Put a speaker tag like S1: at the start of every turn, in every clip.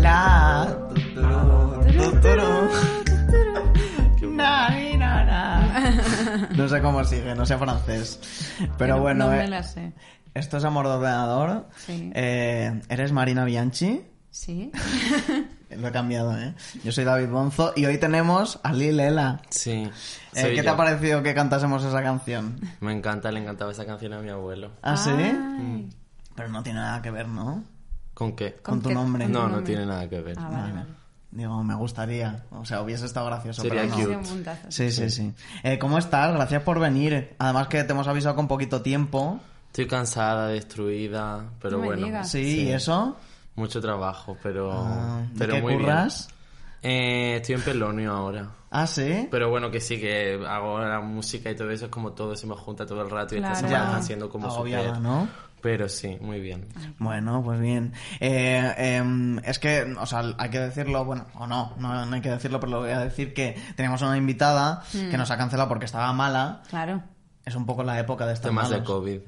S1: la. tu, tu, tu, tu. Na, ni, na, na. No sé cómo sigue, no sé francés. Pero
S2: No-
S1: bueno,
S2: No
S1: eh,
S2: me la sé.
S1: esto es amor de ordenador.
S2: Sí.
S1: Eh, ¿Eres Marina Bianchi?
S2: Sí.
S1: Lo he cambiado, ¿eh? Yo soy David Bonzo y hoy tenemos a Lilela.
S3: Sí.
S1: Eh,
S3: soy
S1: ¿Qué te
S3: yo.
S1: ha parecido que cantásemos esa canción?
S3: Me encanta, le encantaba esa canción a mi abuelo.
S1: ¿Ah, sí?
S2: Ay,
S1: Pero no tiene nada que ver, ¿no?
S3: ¿Con qué?
S1: Con tu
S2: qué-
S1: nombre.
S2: con tu
S3: No, no
S2: nombre.
S3: tiene nada que ver.
S2: Ah, vale, vale.
S1: Digo, me gustaría. O sea, hubiese estado gracioso,
S3: Sería
S1: pero no.
S2: Ha
S3: cute.
S2: sido un puntazo.
S1: Sí, sí, sí. Eh, ¿Cómo estás? Gracias por venir. Además que te hemos avisado con poquito tiempo.
S3: Estoy cansada, destruida, pero
S2: No me
S3: bueno.
S2: digas.
S1: Sí, ¿y eso?
S3: Mucho trabajo, pero,
S1: Ah, ¿de
S3: Oh, pero
S1: qué
S3: muy
S1: curras?
S3: bien. Eh, estoy en Pelonio ahora.
S1: Ah, sí.
S3: Pero bueno, que sí, que hago la música y todo eso, es como todo se me junta todo el rato y
S2: Claro.
S3: estas semanas
S1: ya
S2: estás
S3: haciendo como
S1: agobiada,
S3: súper-
S1: ¿no?
S3: Pero sí, muy bien.
S1: Bueno, pues bien. Eh, em, es que, o sea, hay que decirlo, bueno, o no, no, no hay que decirlo, pero lo voy a decir que tenemos una invitada que nos ha cancelado porque estaba mala.
S2: Claro.
S1: Es un poco la época de estar
S3: Temas de
S1: malos.
S3: COVID.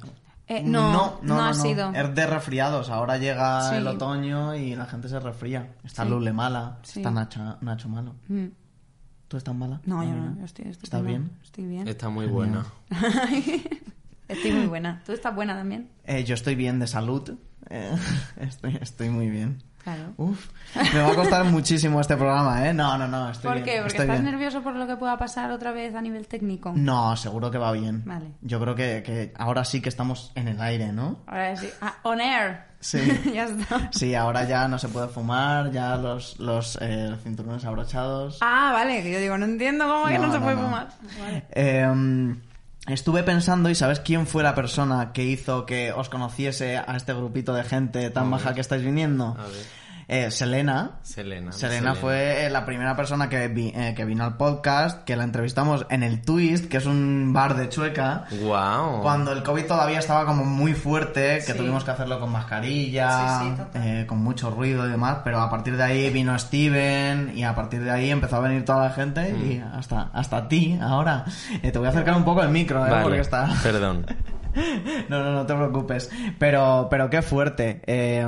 S2: Eh, no, no, ha sido.
S1: Es de resfriados. Ahora llega
S2: Sí.
S1: el otoño y la gente se resfría. Está Lule mala,
S2: Sí.
S1: está Nacho, Nacho malo.
S2: Mm.
S1: ¿Tú estás mala?
S2: No, yo
S1: También,
S2: no, yo estoy, estoy
S1: ¿Estás Ah, bien?
S2: Estoy bien.
S3: Está muy buena.
S2: Estoy muy buena. ¿Tú estás buena también?
S1: Eh, yo estoy bien de salud. Eh, estoy, estoy muy bien.
S2: Claro.
S3: Uh,
S1: Uf, me va a costar muchísimo este programa, ¿eh? No, no, no, estoy
S2: ¿Por
S1: bien.
S2: qué? ¿Porque
S1: estoy
S2: estás
S1: bien.
S2: nervioso por lo que pueda pasar otra vez a nivel técnico?
S1: No, seguro que va bien.
S2: Vale.
S1: Yo creo que, que ahora sí que estamos en el aire, ¿no?
S2: Ahora sí. Ah, on air.
S1: Sí.
S2: ya está.
S1: Sí, ahora ya no se puede fumar, ya los, los eh, cinturones abrochados.
S2: Ah, vale, que yo digo, no entiendo cómo que no,
S1: No,
S2: se
S1: no,
S2: puede
S1: no.
S2: fumar. Vale.
S1: Eh, estuve pensando, ¿y sabes quién fue la persona que hizo que os conociese a este grupito de gente tan baja que estáis viniendo?
S3: A ver.
S1: Eh, Selena.
S3: Ah. Selena.
S1: Selena fue eh, la primera persona que, vi- eh, que vino al podcast, que la entrevistamos en el Twist, que es un bar de Chueca.
S3: ¡Guau!
S1: Cuando el COVID todavía estaba como muy fuerte, que
S2: Sí.
S1: tuvimos que hacerlo con mascarilla,
S2: Sí, sí, total.
S1: eh, con mucho ruido y demás, pero a partir de ahí vino Steven y a partir de ahí empezó a venir toda la gente y
S3: Mm.
S1: hasta, hasta ti ahora. Eh, te voy a acercar un poco el micro, eh,
S3: Vale,
S1: porque está...
S3: perdón.
S1: No, no, no te preocupes. Pero, pero qué fuerte. Eh,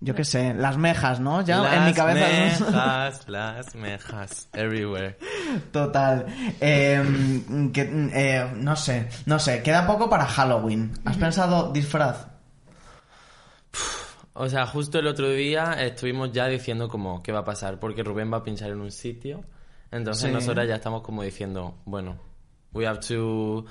S1: yo qué sé, las mejas, ¿no? Ya en mi cabeza...
S3: Las mejas, las mejas, everywhere.
S1: Total. Eh, que, eh, no sé, no sé. Queda poco para Halloween. ¿Has pensado disfraz?
S3: O sea, justo el otro día estuvimos ya diciendo como qué va a pasar, porque Rubén va a pinchar en un sitio. Entonces
S1: Sí.
S3: nosotras ya estamos como diciendo, bueno, we have to...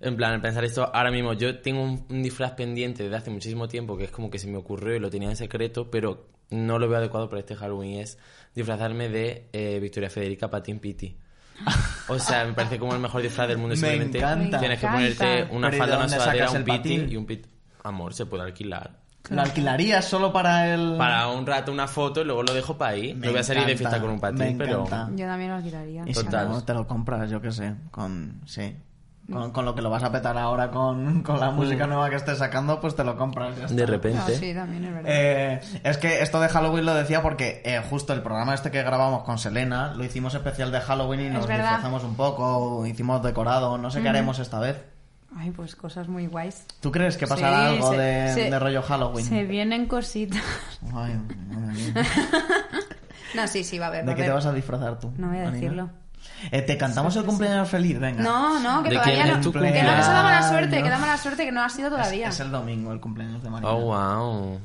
S3: En plan, pensar esto ahora mismo. Yo tengo un, un disfraz pendiente desde hace muchísimo tiempo que es como que se me ocurrió y lo tenía en secreto, pero no lo veo adecuado para este Halloween. y Es disfrazarme de eh, Victoria Federica Patin Pitti. O sea, me parece como el mejor disfraz del mundo.
S1: Me
S3: Simplemente
S1: encanta.
S3: Tienes que
S2: Me encanta.
S3: ponerte una
S1: Pero ¿y de
S3: falda, una
S1: dónde
S3: sudadera,
S1: sacas
S3: un
S1: el
S3: piti
S1: patín?
S3: y un pit. Amor, se puede alquilar.
S1: ¿Lo alquilarías solo para el...?
S3: Para un rato una foto y luego lo dejo para ahí.
S1: Me
S3: no voy a salir de
S1: encanta,
S3: fiesta con un
S1: me
S3: patín, pero.
S1: encanta.
S2: Yo también lo quitaría.
S1: Y si
S3: Total.
S1: no, te lo compras, yo qué sé, con... Sí.
S2: Mm.
S1: Con, con lo que lo vas a petar ahora con, con la música nueva que estés sacando, pues te lo compras. ya está.
S3: Mm. De repente.
S2: No, Ah, sí, también es verdad.
S1: Eh, es que esto de Halloween lo decía porque eh, justo el programa este que grabamos con Selena lo hicimos especial de Halloween y
S2: Es
S1: nos
S2: verdad. Mm.
S1: disfrazamos un poco, hicimos decorado, no sé qué haremos esta vez.
S2: Ay, pues cosas muy guays.
S1: ¿Tú crees que pasará
S2: Sí,
S1: algo
S2: se-
S1: de,
S2: se-
S1: de rollo Halloween?
S2: Se vienen cositas.
S1: Ay, madre mía.
S2: No, sí, sí, va a haber. va
S1: ¿De
S2: a
S1: qué te
S2: haber.
S1: vas a disfrazar tú?
S2: No voy a
S1: Marina?
S2: decirlo.
S1: Eh, te cantamos el cumpleaños feliz, venga.
S2: No, no, que
S3: ¿De
S2: todavía
S3: quién
S2: no.
S3: es tu
S2: Que no, que se da mala suerte,
S1: cumpleaños?
S2: que da mala suerte, que no ha sido
S1: Es,
S2: todavía.
S1: es el domingo el cumpleaños de Marina.
S3: Oh, wow.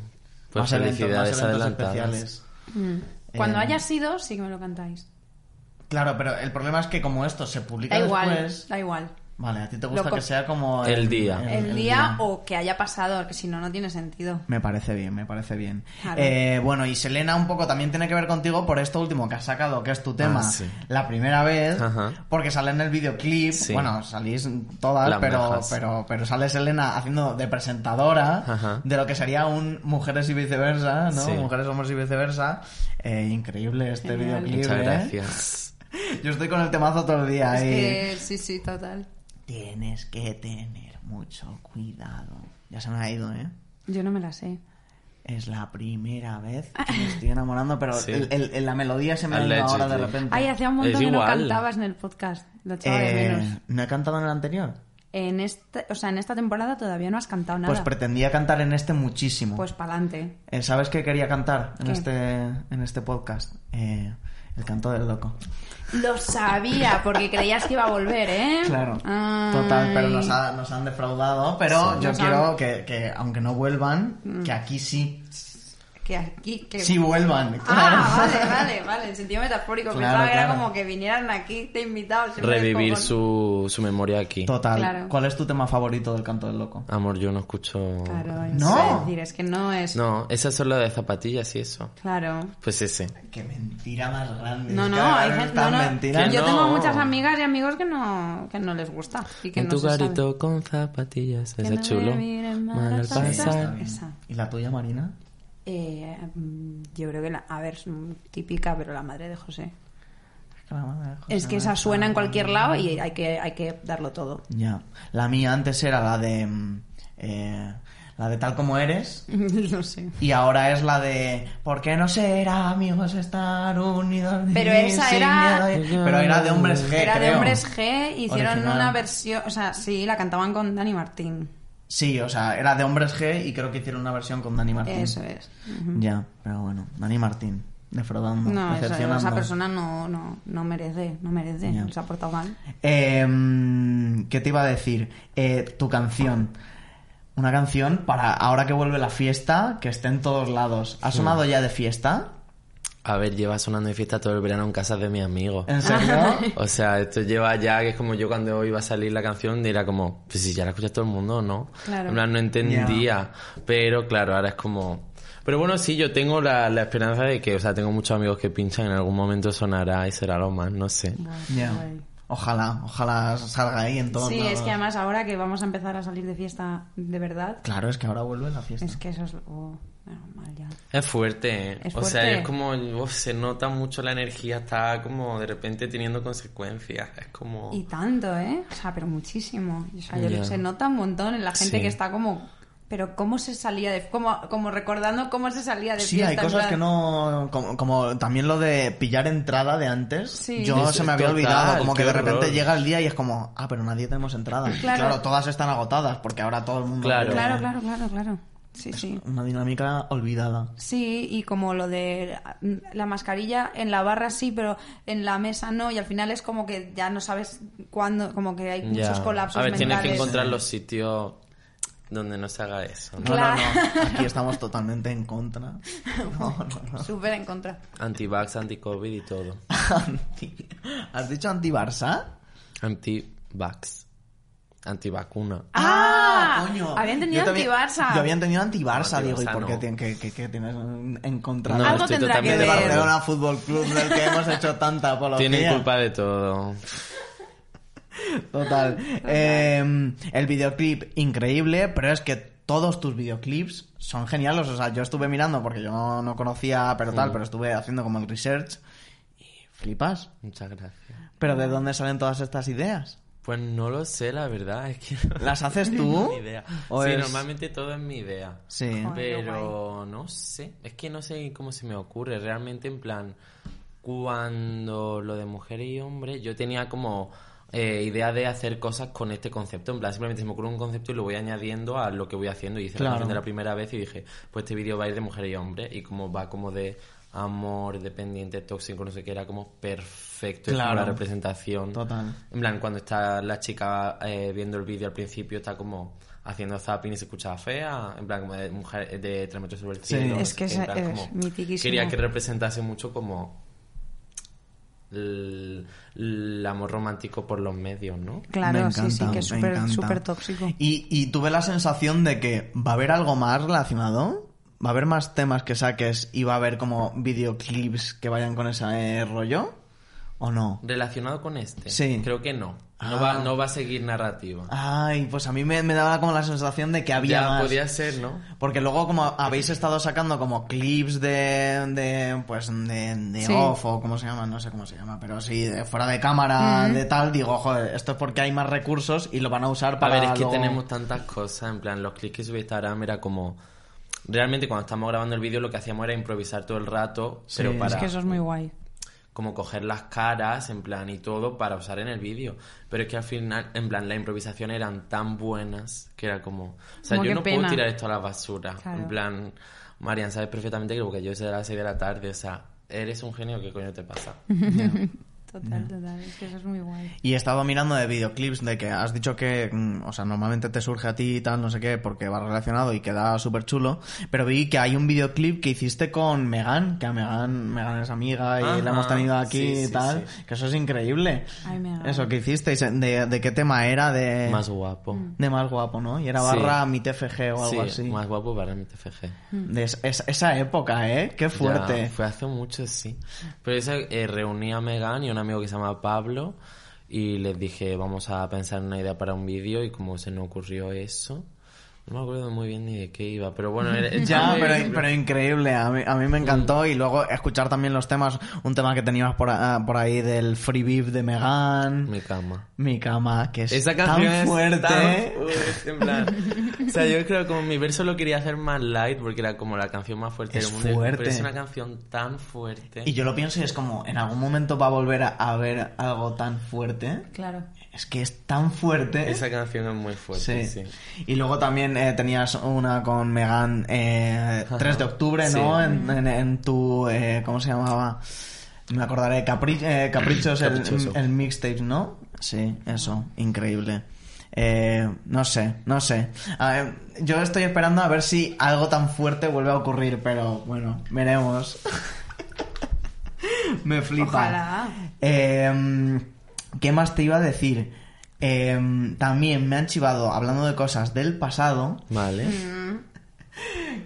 S3: Pues
S1: Más eventos,
S3: felicidades
S1: más eventos
S3: adelantadas.
S1: especiales.
S2: Mm. Cuando
S1: Eh,
S2: haya sido, sí que me lo cantáis.
S1: Claro, pero el problema es que como esto se publica
S2: Da igual,
S1: después...
S2: da igual.
S1: Vale, a ti te gusta
S2: Lo co-
S1: que sea como...
S3: El día.
S2: El, día, o que haya pasado, que si no, no tiene sentido.
S1: Me parece bien, me parece bien.
S2: Claro.
S1: Eh, bueno, y Selena un poco también tiene que ver contigo por esto último que has sacado, que es tu tema,
S3: Ah, sí.
S1: la primera vez,
S3: Ajá.
S1: porque sale en el videoclip,
S3: Sí.
S1: bueno, salís todas,
S3: Las
S1: pero,
S3: majas.
S1: pero, pero sale Selena haciendo de presentadora
S3: Ajá.
S1: de lo que sería un Mujeres y viceversa, ¿no?
S3: Sí.
S1: Mujeres somos y viceversa. Eh, increíble este
S2: Genial.
S1: videoclip.
S3: Muchas
S1: ¿eh?
S3: gracias.
S1: Yo estoy con el temazo todo el día.
S2: Es
S1: ahí.
S2: que sí, sí, total.
S1: Tienes que tener mucho cuidado. Ya se me ha ido, ¿eh?
S2: Yo no me la sé.
S1: Es la primera vez que me estoy enamorando, pero
S3: Sí.
S1: el- el- el- la melodía se me ha ido
S3: Allegedly.
S1: ahora de repente.
S2: Ay, hacía un
S3: Es
S2: montón que no
S3: igual.
S2: cantabas en el podcast. Lo echaba de
S1: Eh,
S2: menos.
S1: ¿No he cantado en el anterior?
S2: En, este, o sea, en esta temporada todavía no has cantado nada.
S1: Pues pretendía cantar en este muchísimo.
S2: Pues pa'lante.
S1: Eh, ¿Sabes qué quería cantar en
S2: ¿Qué?
S1: este en este podcast? Eh, el canto del loco.
S2: Ah. Lo sabía, porque creías que iba a volver, ¿eh?
S1: Claro.
S2: Ay.
S1: Total, pero nos, ha- nos han defraudado. Pero yo
S2: Nos
S1: quiero
S2: han- Mm.
S1: que, que, aunque no vuelvan, que aquí sí.
S2: Que aquí... Que...
S1: Sí vuelvan, claro.
S2: Ah, vale, vale, vale, en sentido metafórico.
S1: Claro,
S2: Pensaba que era
S1: claro.
S2: como que vinieran aquí de invitados. siempre
S3: Revivir
S2: como-
S3: su, su memoria aquí.
S1: Total.
S2: Claro.
S1: ¿Cuál es tu tema favorito del canto del loco?
S3: Amor, yo no escucho...
S2: Claro,
S1: No.
S2: no. decir, es que no es...
S3: No, esa es solo de zapatillas y eso.
S2: Claro.
S3: Pues ese.
S1: Qué mentira más grande.
S2: No,
S1: Es que
S2: no,
S1: ahora
S2: hay
S1: me
S2: gente...
S1: están
S2: no, no.
S1: mentirando.
S2: Yo
S3: Que
S2: tengo
S3: no.
S2: muchas amigas y amigos que no, que no les gusta. Y que
S3: en
S2: no
S3: tu
S2: se sabe.
S3: garito con zapatillas,
S2: Que
S3: es
S2: no me
S3: chulo.
S2: miren mal
S3: Mal al
S2: las zapatillas.
S1: Está
S3: pasar.
S1: bien.
S2: Esa.
S1: ¿Y la tuya, Marina?
S2: Eh, mm, yo creo que la... A ver, es típica, pero la madre de José.
S1: Es que la madre de José
S2: Es que
S1: no
S2: esa
S1: está.
S2: suena en cualquier lado y hay que, hay que darlo todo.
S1: Ya. La mía antes era la de. mm, eh, la de tal como eres.
S2: no sé.
S1: Y ahora es la de. ¿Por qué no será amigos estar unidos?
S2: Pero esa
S1: sin
S2: era-
S1: miedo?" Pero era de hombres G.
S2: Era de
S1: creo.
S2: Hombres G, hicieron
S1: Original.
S2: una versión, o sea, sí, la cantaban con Dani Martín.
S1: Sí, o sea, era de hombres G y creo que hicieron una versión con Dani Martín.
S2: Eso es.
S1: Ya, pero bueno, Dani Martín. Defraudando.
S2: No, eso-
S1: decepcionando.
S2: esa persona no, no, no merece, no merece,
S1: Ya.
S2: se ha portado mal.
S1: Eh, ¿Qué te iba a decir? Eh, tu canción. Una canción para ahora que vuelve la fiesta, que esté en todos lados. ¿Ha sonado ya de fiesta?
S3: A ver, lleva sonando de fiesta todo el verano en casas de mis amigos.
S2: Ah.
S1: ¿En serio?
S3: O sea, esto lleva ya, que es como yo cuando iba a salir la canción, era como, pues si ya la escucha todo el mundo, ¿no?
S2: Claro.
S3: En plan, no entendía. Pero claro, ahora es como... Pero bueno, sí, yo tengo la, la esperanza de que, o sea, tengo muchos amigos que pinchan, en algún momento sonará y será lo más, no sé.
S1: Ya.
S2: Guay.
S1: Ojalá, ojalá salga ahí en todos
S2: Sí,
S1: lados.
S2: es que además ahora que vamos a empezar a salir de fiesta de verdad,
S1: Claro, es que ahora vuelve la fiesta.
S2: es que eso es... oh, menos mal ya.
S3: Es fuerte, ¿eh?
S2: Es
S3: o sea,
S2: fuerte.
S3: es como, uf, se nota mucho la energía, está como de repente teniendo consecuencias, es como...
S2: Y tanto, ¿eh? O sea, pero muchísimo. O sea, yo-
S3: Ya.
S2: se nota un montón en la gente
S3: Sí.
S2: que está como... Pero cómo se salía de... Como, como recordando cómo se salía de
S1: Sí,
S2: fiesta.
S1: hay
S2: en
S1: cosas
S2: plan-
S1: que no... Como, como también lo de pillar entrada de antes.
S2: Sí.
S1: Yo
S3: Sí,
S1: se me había
S3: total,
S1: olvidado. Como que
S3: qué
S1: de repente
S3: horror.
S1: llega el día y es como... Ah, pero nadie tenemos entrada.
S2: Claro.
S1: todas están agotadas porque ahora todo el mundo...
S3: Claro.
S1: quiere-
S2: Claro, claro, claro, claro. Sí, sí.
S1: Una dinámica olvidada.
S2: Sí, y como lo de la mascarilla en la barra sí, pero en la mesa no, y al final es como que ya no sabes cuándo, como que hay
S3: Ya.
S2: muchos colapsos
S3: A ver, tienes que
S2: mentales.
S3: encontrar los sitios donde no se haga eso. ¿no?
S1: No,
S2: Claro.
S1: no, no. Aquí estamos totalmente en contra. No, no, no.
S2: Súper en contra.
S3: Anti-vax, anti-covid y todo.
S1: Anti- ¿Has dicho anti-Barça?
S3: Anti-vax. Anti-vacuna.
S2: ¡Ah!
S1: coño.
S2: Había entendido
S1: Yo también-
S2: anti-Barça.
S1: Yo había entendido anti-Barça,
S3: Anti-Barça
S1: digo, ¿y por qué
S3: no.
S1: tien- qué- qué- qué tienes en contra?
S3: No,
S1: de-
S2: Algo
S3: estoy
S2: tendrá que
S3: totalmente
S1: de
S3: de
S2: ver.
S3: acuerdo.
S1: Barcelona Fútbol Club del que hemos hecho tanta apología.
S3: Tienen culpa de todo.
S1: Total. Eh, el videoclip increíble, pero es que todos tus videoclips son geniales. O sea, yo estuve mirando porque yo no, no conocía, pero
S3: Mm.
S1: tal, pero estuve haciendo como el research y flipas.
S3: Muchas gracias.
S1: Pero ¿de dónde salen todas estas ideas?
S3: Pues no lo sé, la verdad. Es que no
S1: ¿Las haces
S3: tengo
S1: tú?
S3: ni idea.
S1: ¿O
S3: Sí,
S1: es-
S3: normalmente todo es mi idea.
S1: Sí.
S2: Joder. qué
S3: Pero no sé. Es que no sé cómo se me ocurre. Realmente, en plan, cuando lo de mujer y hombre, yo tenía como eh, idea de hacer cosas con este concepto. En plan, simplemente se me ocurre un concepto y lo voy añadiendo a lo que voy haciendo. Y hice
S1: Claro.
S3: la canción de la primera vez y dije, pues este vídeo va a ir de mujer y hombre. Y como va como de amor, dependiente, tóxico, no sé qué, era como perfecto. Es como
S1: Claro.
S3: la representación.
S1: Total.
S3: En plan, cuando está la chica eh, viendo el vídeo al principio, está como haciendo zapping y se escuchaba fea. En plan, como de mujer de tres metros sobre el
S1: Sí.
S3: cielo. no
S1: Es
S3: sé
S2: que
S3: qué,
S2: esa
S3: en plan,
S2: es mitiquísima.
S3: Quería que representase mucho como el, el amor romántico por los medios, ¿no?
S2: Claro,
S1: Me
S2: sí, sí,
S1: encanta,
S2: que es
S1: me
S2: súper,
S1: encanta.
S2: súper tóxico.
S1: Y, y tuve la sensación de que va a haber algo más relacionado. ¿Va a haber más temas que saques y va a haber como videoclips que vayan con ese eh, rollo? ¿O no?
S3: Relacionado con este.
S1: Sí.
S3: Creo que no. No,
S1: Ah.
S3: va, no va a seguir narrativa.
S1: Ay, pues a mí me, me daba como la sensación de que había
S3: ya
S1: más.
S3: podía ser, ¿no?
S1: Porque luego como habéis estado sacando como clips de, de pues de, de
S2: Sí.
S1: off o como se llama, no sé cómo se llama, pero sí, de fuera de cámara, de tal, digo, joder, esto es porque hay más recursos y lo van a usar
S3: A
S1: para...
S3: ver, es que
S1: luego-
S3: tenemos tantas cosas, en plan, los clics que subí a Instagram era como... Realmente cuando estábamos grabando el vídeo lo que hacíamos era improvisar todo el rato,
S1: Sí,
S3: pero
S1: es
S2: Es
S3: para...
S2: que eso es muy guay.
S3: como coger las caras, en plan, y todo para usar en el vídeo. Pero es que al final, en plan, las improvisaciones eran tan buenas que era como, o sea,
S2: Como
S3: yo
S2: qué
S3: no
S2: pena.
S3: puedo tirar esto a la basura.
S2: Claro.
S3: En plan, Marian, sabes perfectamente que lo que yo sé de las 6 de la tarde, o sea, eres un genio, ¿qué coño te pasa?
S2: Total, total. Es que eso es muy guay.
S1: Y he estado mirando de videoclips de que has dicho que, mm, o sea, normalmente te surge a ti y tal, no sé qué, porque va relacionado y queda súper chulo. Pero vi que hay un videoclip que hiciste con Megan, que a Megan, Megan es amiga y
S3: Ajá,
S1: la hemos tenido aquí
S3: sí,
S1: y
S3: sí,
S1: tal.
S3: sí.
S1: Que eso es increíble.
S2: Ay, Megan.
S1: Eso que hicisteis, eh, de, de qué tema era, de
S3: Más guapo.
S1: de más guapo, ¿no? Y era
S3: Sí.
S1: barra mi TFG o
S3: sí,
S1: algo así.
S3: más guapo para mi TFG.
S1: De es- es- esa época, ¿eh? Qué fuerte.
S3: Ya, fue hace mucho, sí. Pero esa eh, reuní a Megan y un amigo que se llama Pablo y les dije, vamos a pensar en una idea para un vídeo y como se nos ocurrió eso. No me acuerdo muy bien ni de qué iba, pero bueno, era-
S1: Ya,
S3: era-
S1: pero, pero increíble, a mí, a mí me
S3: Mm.
S1: encantó y luego escuchar también los temas, un tema que tenías por, ah, por ahí del Free Beef de Megan, mi,
S3: mi cama.
S1: cama, que es
S3: Esa canción
S1: tan
S3: es
S1: fuerte. ¿eh?
S3: tan fuerte, en plan. o sea, yo creo que como mi verso lo quería hacer más light porque era como la canción más fuerte
S1: Es
S3: del mundo.
S1: fuerte.
S3: Pero es una canción tan fuerte.
S1: Y yo lo pienso y es como, en algún momento va a volver a, a ver algo tan fuerte.
S2: Claro.
S1: Es que es tan fuerte.
S3: Esa canción es muy fuerte, sí.
S1: Y luego también eh, tenías una con Megan eh, 3 de octubre, ¿no?
S3: Sí.
S1: En, en- en tu. eh, ¿Cómo se llamaba? Me acordaré, Capri- eh, Caprichos, el-
S3: Caprichoso.
S1: el, mixtape, ¿no? Sí, eso, increíble. Eh, no sé, no sé. A ver, yo estoy esperando a ver si algo tan fuerte vuelve a ocurrir, pero bueno, veremos. Me flipa.
S2: Ojalá.
S1: Eh, ¿Qué más te iba a decir? Eh, también me han chivado, hablando de cosas del pasado,
S3: Vale.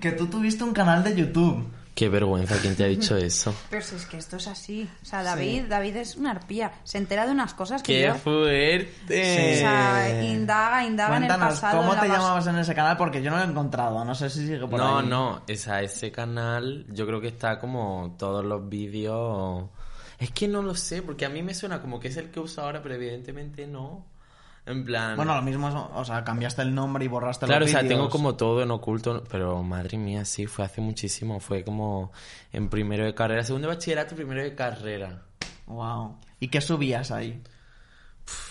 S1: que tú tuviste un canal de YouTube.
S3: Qué vergüenza, ¿quién te ha dicho eso?
S2: Pero si es que esto es así. O sea, David, David es una arpía. Se entera de unas cosas que
S3: ¡Qué
S2: yo...
S3: fuerte!
S2: O sea, indaga, indaga en el
S1: Cuéntanos,
S2: pasado.
S1: ¿cómo
S2: en la
S1: te
S2: pas-
S1: llamabas en ese canal? Porque yo no lo he encontrado, no sé si sigue por
S3: No,
S1: ahí.
S3: no, esa, ese canal yo creo que está como todos los vídeos... Es que no lo sé, porque a mí me suena como que es el que uso ahora, pero evidentemente no. En plan...
S1: Bueno, lo mismo, o sea, cambiaste el nombre y borraste
S3: claro, o
S1: los
S3: sea, tengo
S1: vídeos.
S3: como todo en oculto, pero madre mía, sí, fue hace muchísimo, fue como en primero de carrera, segundo de bachillerato, primero de carrera.
S1: Wow. ¿Y qué subías ahí?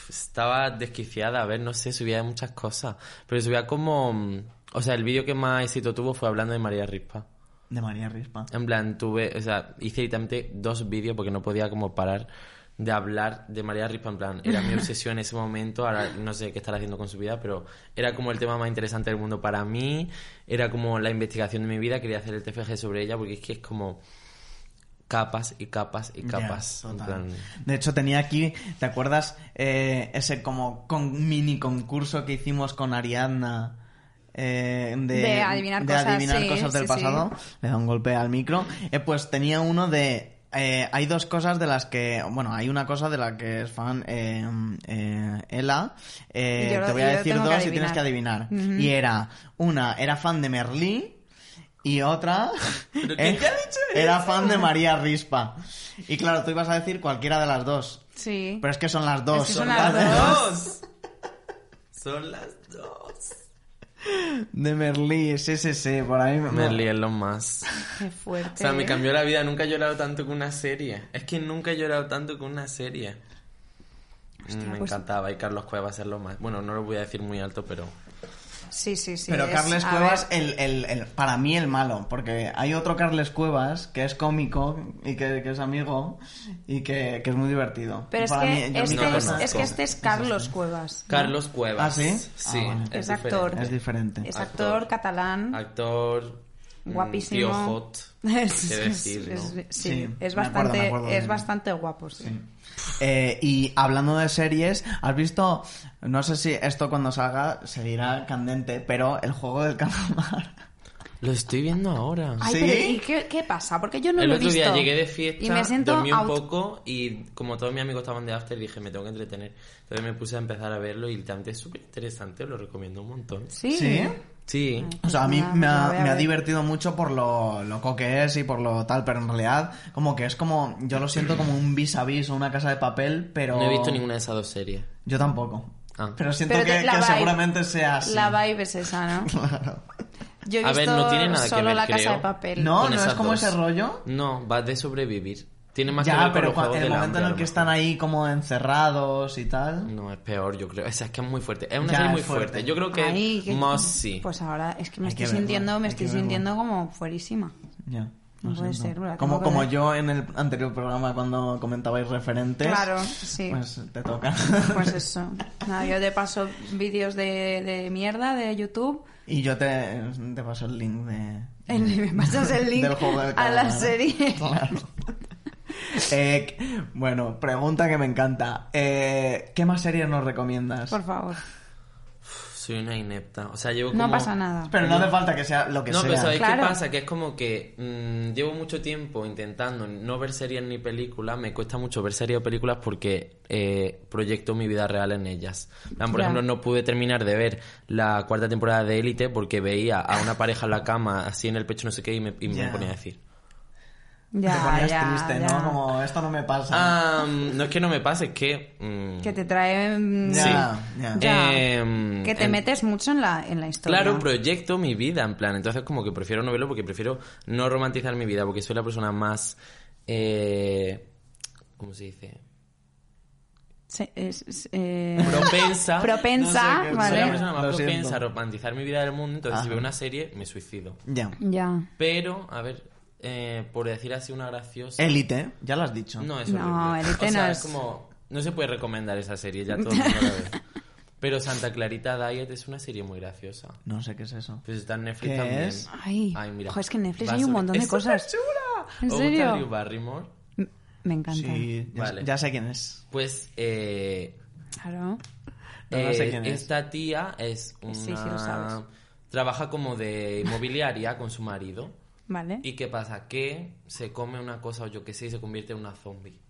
S3: estaba desquiciada, a ver, no sé, subía muchas cosas, pero subía como, mm, o sea, el vídeo que más éxito tuvo fue hablando de María Rispa.
S1: De María Rispa.
S3: En plan, tuve, o sea, hice literalmente dos vídeos porque no podía como parar de hablar de María Rispa, en plan, era mi obsesión en ese momento, ahora no sé qué estará haciendo con su vida, pero era como el tema más interesante del mundo para mí, era como la investigación de mi vida, quería hacer el TFG sobre ella porque es que es como capas y capas y capas.
S1: Ya,
S3: en
S1: total.
S3: plan,
S1: De hecho, tenía aquí, ¿te acuerdas eh, ese como con mini concurso que hicimos con Ariadna? eh, de,
S2: De adivinar
S1: de
S2: cosas,
S1: adivinar
S2: sí,
S1: cosas del
S2: sí, sí.
S1: pasado. Le da un golpe al micro. Eh, pues tenía uno de... eh, hay dos cosas de las que... Bueno, hay una cosa de la que es fan eh, eh, Ela. Eh,
S2: Y yo lo-
S1: te voy
S2: y
S1: a
S2: yo
S1: decir
S2: tengo que
S1: dos y tienes que adivinar. Y era... Una era fan de Merlí y otra
S3: quién te ha
S1: era fan de María Rispa. Y claro, tú ibas a decir cualquiera de las dos.
S2: Sí.
S1: Pero es que son las dos.
S2: Es que son
S3: ¡Las
S2: las dos.
S3: Son las dos.
S1: De Merlí, sí, sí, sí. Por ahí me...
S3: Merly es lo más.
S2: Qué fuerte.
S3: O sea, me
S2: ¿eh?
S3: cambió la vida. Nunca he llorado tanto con una serie. Es que nunca he llorado tanto con una serie. Mm, me
S2: pues-
S3: encantaba. Y Carlos Cuevas es lo más. Bueno, no lo voy a decir muy alto, pero.
S2: Sí, sí, sí.
S1: Pero
S2: es-
S1: Carles
S2: a
S1: Cuevas,
S2: ver,
S1: el, el- el- para mí el malo, porque hay otro Carles Cuevas que es cómico y que, que es amigo y que, que es muy divertido.
S2: Pero es
S1: Para
S2: que,
S1: mí- yo
S2: este,
S1: mi
S3: no
S2: es,
S1: Carles-
S2: es que este es Carlos Cuevas. ¿no?
S3: Carlos Cuevas.
S1: ¿Ah, sí?
S3: Sí.
S1: Ah, vale.
S2: Es actor.
S3: diferente.
S1: es diferente.
S2: Es
S3: Actor.
S2: actor catalán.
S3: Actor. mm,
S2: Guapísimo.
S3: Tío hot.
S2: Es-
S3: Qué
S2: es-
S3: decir,
S2: es-
S3: ¿no?
S2: sí,
S1: Sí,
S2: es
S1: me acuerdo,
S2: bastante,
S1: me acuerdo de
S2: es
S1: él.
S2: bastante guapo, sí.
S1: Eh, y hablando de series, ¿has visto? No sé si esto cuando salga seguirá candente, pero el juego del calamar.
S3: Lo estoy viendo ahora.
S2: Ay,
S1: ¿Sí?
S2: pero ¿y qué, qué pasa? Porque yo no
S3: el
S2: lo he
S3: otro
S2: visto.
S3: día llegué de fiesta,
S2: y me siento
S3: dormí un
S2: out-
S3: poco y como todos mis amigos estaban de after dije me tengo que entretener. Entonces me puse a empezar a verlo y también es súper interesante, os lo recomiendo un montón.
S2: Sí. Ah.
S3: Sí.
S1: O sea, a mí
S2: Nada,
S1: me
S2: la
S1: ha,
S2: voy a
S1: me ha
S2: ver.
S1: divertido mucho por lo loco que es y por lo tal, pero en realidad como que es como, yo lo siento como un vis a vis o una casa de papel, pero...
S3: No he visto ninguna de esas dos series.
S1: Yo tampoco.
S3: Ah.
S1: Pero siento
S2: Pero te-
S1: que,
S2: la
S1: que
S2: vibe.
S1: seguramente sea así.
S2: La vibe es esa, ¿no? Yo he
S3: A
S2: visto
S3: ver, no tiene nada que
S2: solo
S3: ver,
S2: la casa
S3: creo.
S2: de papel.
S1: no,
S3: Con
S1: no es
S3: esas
S1: como
S3: dos.
S1: ese rollo.
S3: No, va de sobrevivir. Tiene más que
S1: ya,
S3: ver con
S1: pero
S3: los
S1: cua-
S3: juegos
S1: el
S3: del
S1: momento en
S3: hambre,
S1: el
S3: a
S1: que
S3: lo
S1: están ahí como encerrados y tal.
S3: mejor. No, es peor, yo creo. O sea, es que es muy fuerte. Es una
S1: Ya,
S3: serie
S1: es
S3: muy fuerte.
S1: fuerte.
S3: Yo creo que
S2: Ay, que-
S3: más sí.
S2: Pues ahora es que
S1: Hay
S2: me
S1: que
S2: estoy
S1: verlo,
S2: sintiendo, me
S1: hay que
S2: estoy
S1: verlo.
S2: sintiendo como fuerísima.
S1: Ya.
S2: No
S1: lo
S2: puede
S1: siento.
S2: ser, bueno,
S1: Como,
S2: tengo que
S1: como
S2: ver.
S1: yo en el anterior programa cuando comentabais referentes.
S2: Claro, sí. Pues,
S1: Pues te toca.
S2: eso. Nada, yo te paso vídeos de, de mierda de YouTube.
S1: y yo te, te paso el link de.
S2: El- me pasas el link
S1: del juego del
S2: a la
S1: calamar.
S2: serie.
S1: Claro. Eh, qu- bueno, pregunta que me encanta. Eh, ¿Qué más series nos recomiendas?
S2: Por favor.
S3: Soy una inepta. O sea, llevo como...
S2: No pasa nada.
S1: Pero no hace falta que sea lo que
S3: no,
S1: sea.
S3: pero ¿sabéis
S2: Claro.
S3: qué pasa? Que es como que mm, llevo mucho tiempo intentando no ver series ni películas. Me cuesta mucho ver series o películas porque eh, proyecto mi vida real en ellas. En plan, Por
S2: Ya.
S3: ejemplo, no pude terminar de ver la cuarta temporada de Élite porque veía a una pareja en la cama, así en el pecho, no sé qué, y me, y me
S1: Ya.
S3: ponía a decir.
S2: Ya,
S1: te ponías
S2: ya,
S1: triste,
S2: ya.
S1: ¿no? Como esto no me pasa.
S3: Ah, no es que no me pase, es que... mm,
S2: Que te traen...
S1: ya,
S3: sí.
S1: ya.
S2: ya.
S3: em,
S2: Que te
S3: en-
S2: metes mucho en la, en la historia.
S3: Claro, proyecto mi vida, en plan. Entonces, como que prefiero no verlo porque prefiero no romantizar mi vida, porque soy la persona más. Eh, ¿Cómo se dice?
S2: Sí, es- es, eh,
S3: Propensa.
S1: No sé
S2: propensa,
S1: qué-
S3: Soy la
S2: ¿vale?
S3: persona más
S1: Lo siento.
S3: propensa a romantizar mi vida del mundo. Entonces, si
S1: Ajá.
S3: veo una serie, me suicido.
S1: Ya.
S2: Ya.
S3: Pero, a ver, eh, por decir así una graciosa.
S1: Élite, ya lo has dicho.
S3: No, es
S2: No,
S3: horrible.
S2: Élite
S3: o sea,
S2: no
S3: es
S2: es-
S3: como. No se puede recomendar esa serie, ya todo el mundo la ve. Pero Santa Clarita Diet es una serie muy graciosa.
S1: No sé qué es eso.
S3: Pues está en Netflix
S1: ¿Qué
S3: también.
S1: es?
S2: Ay,
S3: mira.
S2: ojo, es que en Netflix
S3: Va
S2: hay un
S3: sobre-
S2: montón de
S3: ¡Es
S2: cosas.
S3: superchula!
S2: ¿En
S3: ¿Os
S2: serio?
S3: gusta Drew Barrymore?
S2: M- Me encanta.
S1: Sí, ya,
S3: Vale.
S1: ya sé quién es.
S3: Pues eh,
S2: Claro.
S1: No, no sé
S3: eh,
S1: quién es.
S3: esta tía es una...
S2: Sí, sí, lo sabes.
S3: Trabaja como de inmobiliaria con su marido.
S2: Vale.
S3: ¿Y qué pasa? Que se come una cosa o yo qué sé y se convierte en una zombie.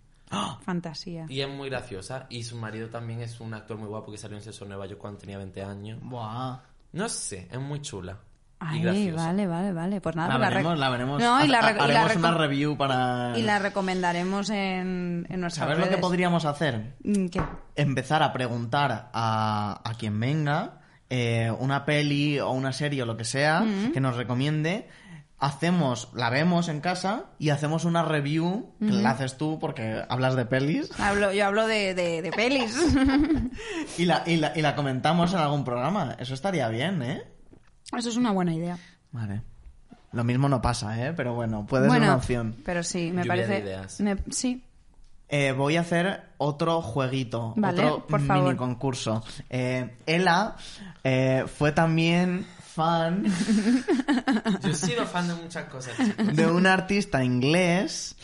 S2: Fantasía.
S3: Y es muy graciosa. Y su marido también es un actor muy guapo que salió en Sexo en Nueva York cuando tenía 20 años.
S1: Buah.
S3: No sé, es muy chula. y
S2: Ay,
S3: graciosa.
S2: vale, vale, vale. Pues nada,
S1: La,
S2: pues
S1: veremos,
S2: rec-
S1: la veremos.
S2: No, y la,
S1: Ha-
S2: rec- y la
S1: haremos una
S2: recom-
S1: review para...
S2: y la recomendaremos en, en nuestra
S1: ¿Sabes lo que podríamos hacer?
S2: Mm, ¿Qué?
S1: Empezar a preguntar a, a quien venga eh, una peli o una serie o lo que sea
S2: Mm.
S1: que nos recomiende. Hacemos, la vemos en casa y hacemos una review, que
S2: Mm-hmm.
S1: la haces tú porque hablas de pelis,
S2: Hablo, yo hablo de, de, de pelis.
S1: y la, y, la, y la comentamos en algún programa. Eso estaría bien, ¿eh?
S2: Eso es una buena idea.
S1: Vale. Lo mismo no pasa, ¿eh? Pero bueno, puede ser una opción.
S2: pero sí, me
S3: Lluvia de
S2: parece...
S3: ideas.
S2: me- sí,
S1: Eh, voy a hacer otro jueguito,
S2: Vale,
S1: otro
S2: por favor.
S1: mini concurso. Eh, Ela eh, fue también fan
S3: Yo he sido fan de muchas cosas, chicos.
S1: de un artista inglés.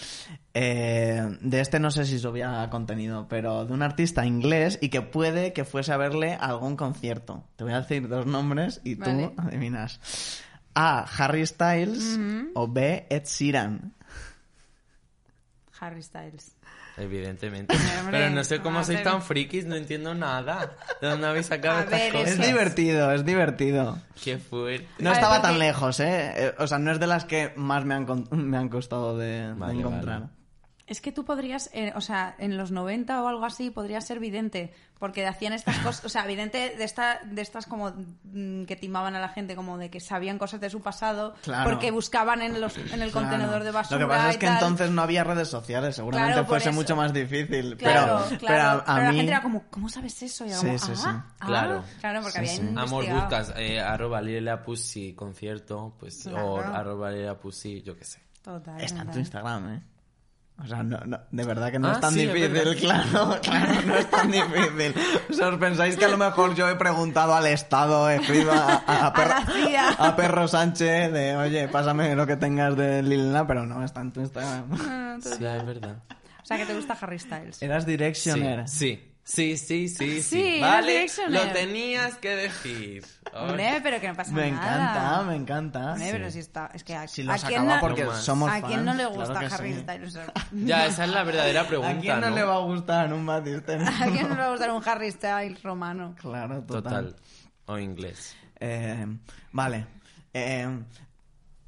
S1: eh, de este no sé si subía contenido, pero de un artista inglés y que puede que fuese a verle a algún concierto. Te voy a decir dos nombres y
S2: Vale.
S1: tú adivinas. A. Harry Styles o B. Ed Sheeran.
S2: Harry Styles.
S3: Evidentemente.
S2: hombre,
S3: Pero no sé cómo
S2: a
S3: sois
S2: ver.
S3: tan frikis, no entiendo nada. ¿De dónde habéis sacado
S2: A
S3: estas
S2: ver,
S3: cosas?
S1: Es
S2: Eso es.
S1: divertido, es divertido.
S3: Qué fuerte.
S1: No
S2: Vale,
S1: estaba
S2: porque-
S1: tan lejos, ¿eh? Eh, O sea, no es de las que más me han, con- me han costado de, de
S3: Vale,
S1: encontrar.
S3: vale.
S2: Es que tú podrías, eh, o sea, en los 90 o algo así, podrías ser vidente, porque hacían estas cosas, o sea, vidente de, esta, de estas como mm, que timaban a la gente, como de que sabían cosas de su pasado,
S1: Claro.
S2: porque buscaban en, los, en el
S1: Claro.
S2: contenedor de basura.
S1: Lo que pasa es
S2: y
S1: que
S2: tal.
S1: entonces no había redes sociales, seguramente
S2: Claro, por
S1: fuese
S2: eso.
S1: mucho más difícil.
S2: Claro,
S1: pero,
S2: claro.
S1: pero a- a,
S2: la
S1: mí.
S2: gente era como, ¿cómo sabes eso? Y era
S1: Sí,
S2: como,
S1: sí,
S2: ah,
S1: sí.
S2: ah,
S3: Claro.
S2: Claro, porque
S1: Sí,
S2: había
S1: sí.
S3: Amor,
S2: investigado.
S3: buscas eh, arroba Lilela Pussy concierto, pues, o
S2: Claro.
S3: arroba Lilela Pussy, yo qué sé.
S2: Total.
S1: Está en
S2: total.
S1: tu Instagram, ¿eh? O sea, no- no, de verdad que no
S3: Ah,
S1: es tan
S3: sí, es
S1: difícil,
S3: verdad.
S1: claro, claro, no es tan difícil. O sea, os pensáis que a lo mejor yo he preguntado al Estado, he escrito a, a- a Perro,
S2: la CIA.
S1: a Perro Sánchez de, oye, pásame lo que tengas de Lilina, pero no, está en tu Instagram.
S2: Ah, total.
S3: Sí, ah, es verdad.
S2: O sea, que te gusta Harry Styles.
S1: Eras
S3: Sí,
S1: Directioner.
S3: sí. Sí, sí, sí, sí.
S2: Sí, era
S3: vale,
S2: Directioner.
S3: lo tenías que decir. Ay,
S2: Hombre, pero que no pasa
S1: Me
S2: nada.
S1: encanta, me encanta.
S2: Hombre, pero si está... Es que a,
S1: Si
S2: ¿a
S1: lo
S2: quién
S1: sacaba
S2: no-
S1: porque
S3: No más.
S1: somos
S2: ¿A quién no
S1: fans,
S2: le
S1: claro
S2: gusta
S1: que
S2: Harry
S1: sí.
S2: Styles? O sea,
S3: Ya, esa es la verdadera pregunta,
S1: ¿A quién no,
S3: ¿no?
S1: le va a gustar un Batista?
S2: ¿A quién no le va a gustar un Harry Styles romano?
S1: Claro, total.
S3: Total. O inglés.
S1: Eh, vale. Eh,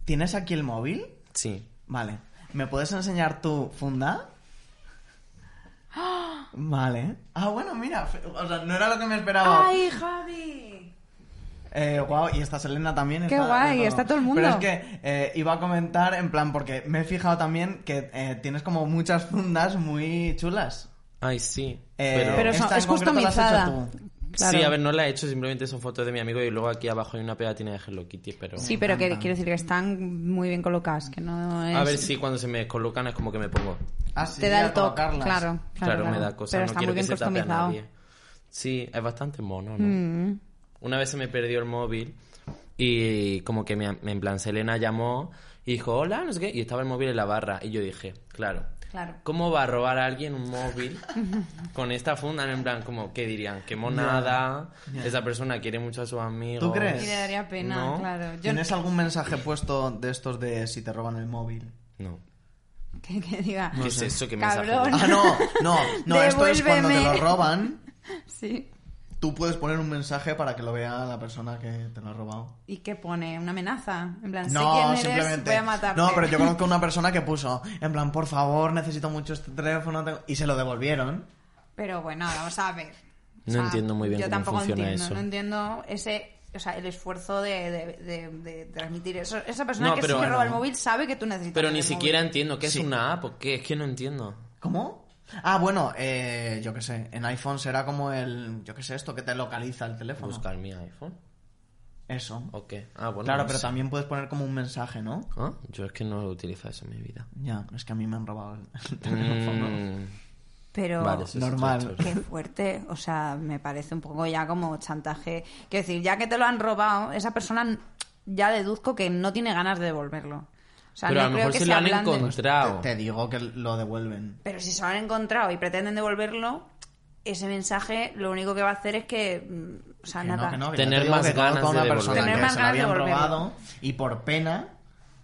S1: ¿Tienes aquí el móvil?
S3: Sí.
S1: Vale. ¿Me puedes enseñar tu funda? Vale. Ah, bueno, mira. fe- O sea, no era lo que me esperaba.
S2: ¡Ay, Javi!
S1: Eh, wow, y está Selena también.
S2: Qué
S1: está-
S2: guay,
S1: no.
S2: está todo el mundo.
S1: Pero es que eh, iba a comentar, en plan, porque me he fijado también que eh, tienes como muchas fundas muy chulas.
S3: Ay, sí.
S1: Eh,
S2: Pero
S1: esta
S2: son-
S1: en
S2: es
S1: concreto la has
S2: customizada.
S1: hecho tú.
S2: Claro.
S3: Sí, a ver, no la he hecho, simplemente son fotos de mi amigo y luego aquí abajo hay una pegatina de Hello Kitty, pero...
S2: Sí, pero que
S1: encanta.
S2: quiero decir que están muy bien colocadas, que no es...
S3: A ver si cuando se me colocan es como que me pongo.
S1: Ah, sí,
S2: te da
S1: a
S2: el toque, claro,
S1: colocarlas.
S2: claro,
S3: Claro, me
S2: claro.
S3: da cosa,
S2: Pero
S3: no
S2: está
S3: quiero
S2: muy
S3: que
S2: bien
S3: se tape a
S2: customizado.
S3: nadie. Sí, es bastante mono, ¿no?
S2: Mm.
S3: Una vez se me perdió el móvil y como que me, me- en plan Selena llamó y dijo, hola, no sé qué, y estaba el móvil en la barra y yo dije, claro,
S2: Claro.
S3: ¿cómo va a robar a alguien un móvil con esta funda? En plan, como, ¿qué dirían? ¿Qué monada? Esa persona quiere mucho a sus amigos.
S1: ¿Tú crees?
S2: Y le daría pena,
S3: No.
S2: claro. Yo
S1: ¿Tienes algún mensaje puesto de estos de si te roban el móvil?
S3: No.
S2: que, que diga,
S3: ¿Qué es eso? ¿Qué mensaje?
S2: cabrón.
S1: Ah, no, no, no, esto es cuando te lo
S2: Devuélveme.
S1: roban.
S2: Sí.
S1: Tú puedes poner un mensaje para que lo vea la persona que te lo ha robado.
S2: ¿Y qué pone? ¿Una amenaza? En plan, sé quién
S1: No,
S2: eres,
S1: simplemente.
S2: voy a matarte.
S1: No, pero yo conozco una persona que puso, en plan, por favor, necesito mucho este teléfono. tengo-". Y se lo devolvieron.
S2: Pero bueno, vamos a ver.
S3: No entiendo muy bien
S2: yo
S3: cómo
S2: tampoco
S3: funciona
S2: entiendo,
S3: eso.
S2: No entiendo ese... O sea, el esfuerzo de, de- de- de transmitir eso. Esa persona
S3: No,
S2: que
S3: pero
S2: sí que roba el
S3: bueno.
S2: móvil sabe que tú necesitas
S3: Pero ni
S2: el móvil.
S3: siquiera entiendo qué es
S1: Sí.
S3: una app o qué, es que no entiendo.
S1: ¿Cómo? Ah, bueno, eh, yo qué sé, en iPhone será como el, yo qué sé, esto que te localiza el teléfono.
S3: ¿Buscar mi iPhone?
S1: Eso.
S3: ¿O qué? Ah, bueno.
S1: claro,
S3: no
S1: pero
S3: sé.
S1: también puedes poner como un mensaje, ¿no?
S3: Ah, Yo es que no utilizo eso en mi vida.
S1: Ya, es que a mí me han robado el- el teléfono.
S3: Mm,
S2: Pero...
S3: vale, eso es
S1: normal.
S3: otra historia.
S2: Qué fuerte, o sea, me parece un poco ya como chantaje. Quiero decir, ya que te lo han robado, esa persona ya deduzco que no tiene ganas de devolverlo. O sea,
S3: Pero
S2: no
S3: a lo
S2: creo
S3: mejor
S2: que
S3: se
S2: se
S3: lo han
S2: hablan de-
S3: encontrado.
S1: Te, te digo que lo devuelven.
S2: Pero si se lo han encontrado y pretenden devolverlo, ese mensaje lo único que va a hacer es que. mm, O sea,
S1: Que no,
S2: nada.
S1: que no, que
S3: Tener
S1: yo te digo
S3: más
S1: que conozco
S3: ganas
S1: a una
S3: de
S1: persona
S2: devolverlo.
S1: que
S2: Tener
S1: se
S2: más
S1: lo habían
S2: ganas de devolverlo.
S1: robado y por pena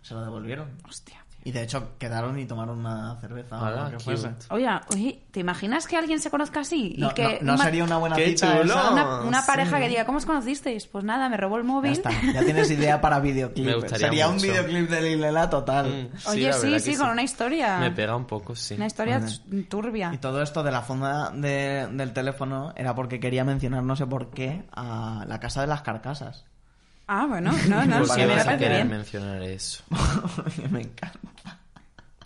S1: se lo devolvieron.
S2: Hostia.
S1: Y de hecho quedaron y tomaron una cerveza o
S3: Ala,
S1: lo que
S3: cute.
S1: fuese.
S2: Oye, oye, ¿te imaginas que alguien se conozca así?
S1: No,
S2: y que
S1: no- no
S2: ma-
S1: sería una buena
S3: ¡Qué
S1: cita
S3: chulo!
S1: esa.
S2: una, una
S3: sí.
S2: pareja que diga, ¿cómo os conocisteis? Pues nada, me robó el
S1: Ya
S2: móvil.
S1: está, ya tienes idea para videoclip.
S3: Me gustaría
S1: Sería un
S3: mucho.
S1: videoclip de Lilela total.
S3: Mm,
S2: Oye,
S3: la
S2: sí,
S3: verdad
S2: sí,
S3: que
S2: con una historia.
S3: Me pega un poco, sí.
S2: Una historia
S1: Vale.
S2: t-
S3: Mm.
S2: turbia.
S1: Y todo esto de la funda de- del teléfono era porque quería mencionar, no sé por qué, a la casa de las carcasas.
S2: Ah, bueno, no, no,
S3: ¿Por
S2: sí,
S3: qué
S2: me
S3: vas a
S2: parece
S3: querer
S2: bien.
S3: mencionar eso?
S1: Me encanta.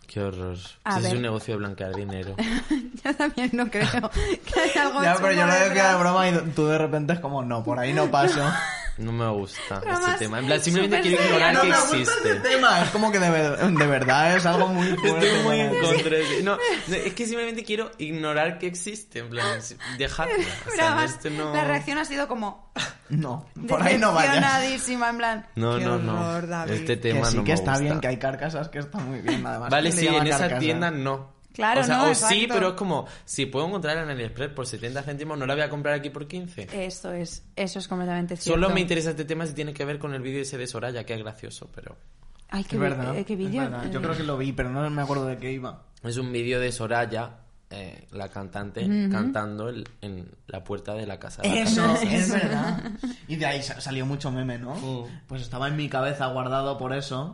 S3: Qué horror.
S2: A
S3: Si es
S2: ver.
S3: un negocio de blanquear dinero.
S2: Yo también no creo que haya algo
S1: Ya, pero
S2: chungo
S1: yo lo decía de
S2: detrás.
S1: broma y tú de repente es como, no, por ahí no paso.
S3: No me gusta
S2: Pero
S3: ese
S2: más
S3: tema. En plan, simplemente
S2: súper
S3: quiero
S2: serio,
S3: ignorar
S2: no
S3: que
S2: me este
S3: existe.
S1: tema. Es como que de, ver- de verdad es algo muy fuerte.
S3: este Estoy muy en
S1: ¿no?
S3: contra. de- No, no, es que simplemente quiero ignorar que existe. En plan, si- dejadla. O
S2: Pero
S3: sea,
S2: además,
S3: esto este no...
S2: La reacción ha sido como
S1: No, por ahí no vayas.
S2: decepcionadísima, en plan.
S3: No,
S2: "Qué
S3: no, no.
S2: horror, David".
S3: Este tema
S1: Que sí
S3: no
S1: que
S3: me
S1: está
S3: gusta.
S1: bien, que hay carcasas que está muy bien, además.
S3: Vale,
S1: ¿Quién le
S3: sí,
S1: llama
S3: en esa
S1: carcasa?
S3: tienda no.
S2: Claro,
S3: o sea,
S2: no,
S3: o sí,
S2: exacto.
S3: pero es como, si puedo encontrarla en AliExpress por 70 céntimos, no la voy a comprar aquí por 15.
S2: Eso es, eso es completamente Eh, cierto.
S3: Solo me interesa este tema si tiene que ver con el vídeo ese de Soraya, que es gracioso, pero...
S2: Ay, qué,
S1: Es verdad.
S2: vi- eh, qué
S1: es
S2: vídeo.
S1: verdad. Yo
S2: Eh,
S1: creo que lo vi, pero no me acuerdo de qué iba.
S3: Es un vídeo de Soraya, eh, la cantante, cantando el- en la puerta de la casa. de la
S1: Eso,
S3: casa.
S1: es verdad. Y de ahí sa- salió mucho meme, ¿no?
S3: Mm.
S1: Pues estaba en mi cabeza guardado por eso.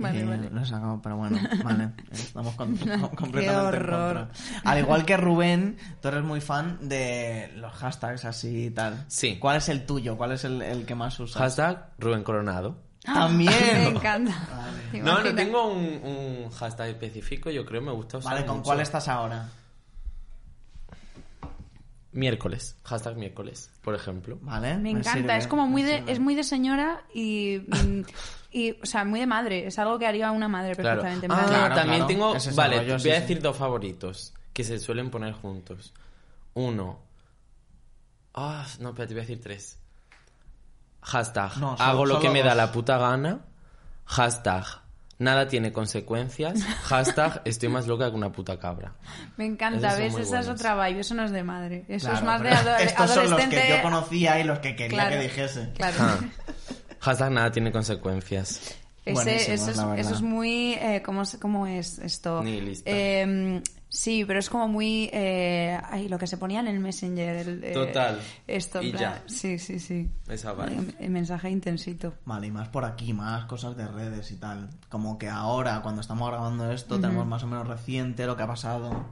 S2: Vale,
S1: Y
S2: vale.
S1: Lo he sacado, pero bueno, vale. Estamos con- con- completamente en
S2: horror.
S1: contra. Al igual que Rubén, tú eres muy fan de los hashtags así y tal.
S3: Sí.
S1: ¿Cuál es el tuyo? ¿Cuál es el, el que más usas?
S3: Hashtag Rubén Coronado.
S1: También.
S2: Ah, Me encanta. ¿Te
S3: No, no
S2: imaginas?
S3: tengo un, un hashtag específico, yo creo, me gusta usar
S1: Vale, ¿con
S3: mucho.
S1: cuál estás ahora?
S3: Miércoles, hashtag miércoles, por ejemplo.
S1: Vale.
S2: Me encanta,
S1: sirve,
S2: es como muy
S1: me
S2: de,
S1: sirve.
S2: es muy de señora y, mm, y, o sea, muy de madre. Es algo que haría una madre
S3: Claro.
S2: perfectamente. en
S3: Ah,
S2: plan,
S1: Claro,
S3: también
S1: claro.
S3: tengo.
S1: Ese es el
S3: vale,
S1: rollo,
S3: voy
S1: sí,
S3: a
S1: sí.
S3: decir dos favoritos que se suelen poner juntos. Uno. Ah, no, espérate, voy a decir tres. Hashtag.
S1: No, solo-
S3: hago lo
S1: solo
S3: que me da
S1: dos.
S3: la puta gana. Hashtag. Nada tiene consecuencias. Hashtag. Estoy más loca que una puta cabra.
S2: Me encanta,
S3: Esos son
S2: ¿ves?
S3: muy
S2: Esa es
S3: buenos.
S2: otra vibe, eso no es de madre. Eso
S1: Claro,
S2: es más de
S1: pero
S2: ado-
S1: Estos son los
S2: adolescente.
S1: que yo conocía y los que quería
S2: Claro.
S1: que dijese.
S2: Claro.
S3: Ah. Hashtag nada tiene consecuencias.
S2: Ese,
S1: Buenísimo,
S2: eso, es,
S1: la verdad.
S2: eso es muy... eh, ¿cómo, es, cómo es esto?
S3: Nihilista.
S2: Eh, sí, pero es como muy... eh, ay, lo que se ponía en el Messenger. el, eh,
S3: Total.
S2: Esto, en
S3: Y
S2: plan-
S3: ya.
S2: Sí, sí, sí.
S1: Ah,
S3: Esa vibe.
S2: Eh, El, mensaje intensito.
S1: Vale, y más por aquí, más cosas de redes y tal. Como que ahora, cuando estamos grabando esto, tenemos más o menos reciente lo que ha pasado.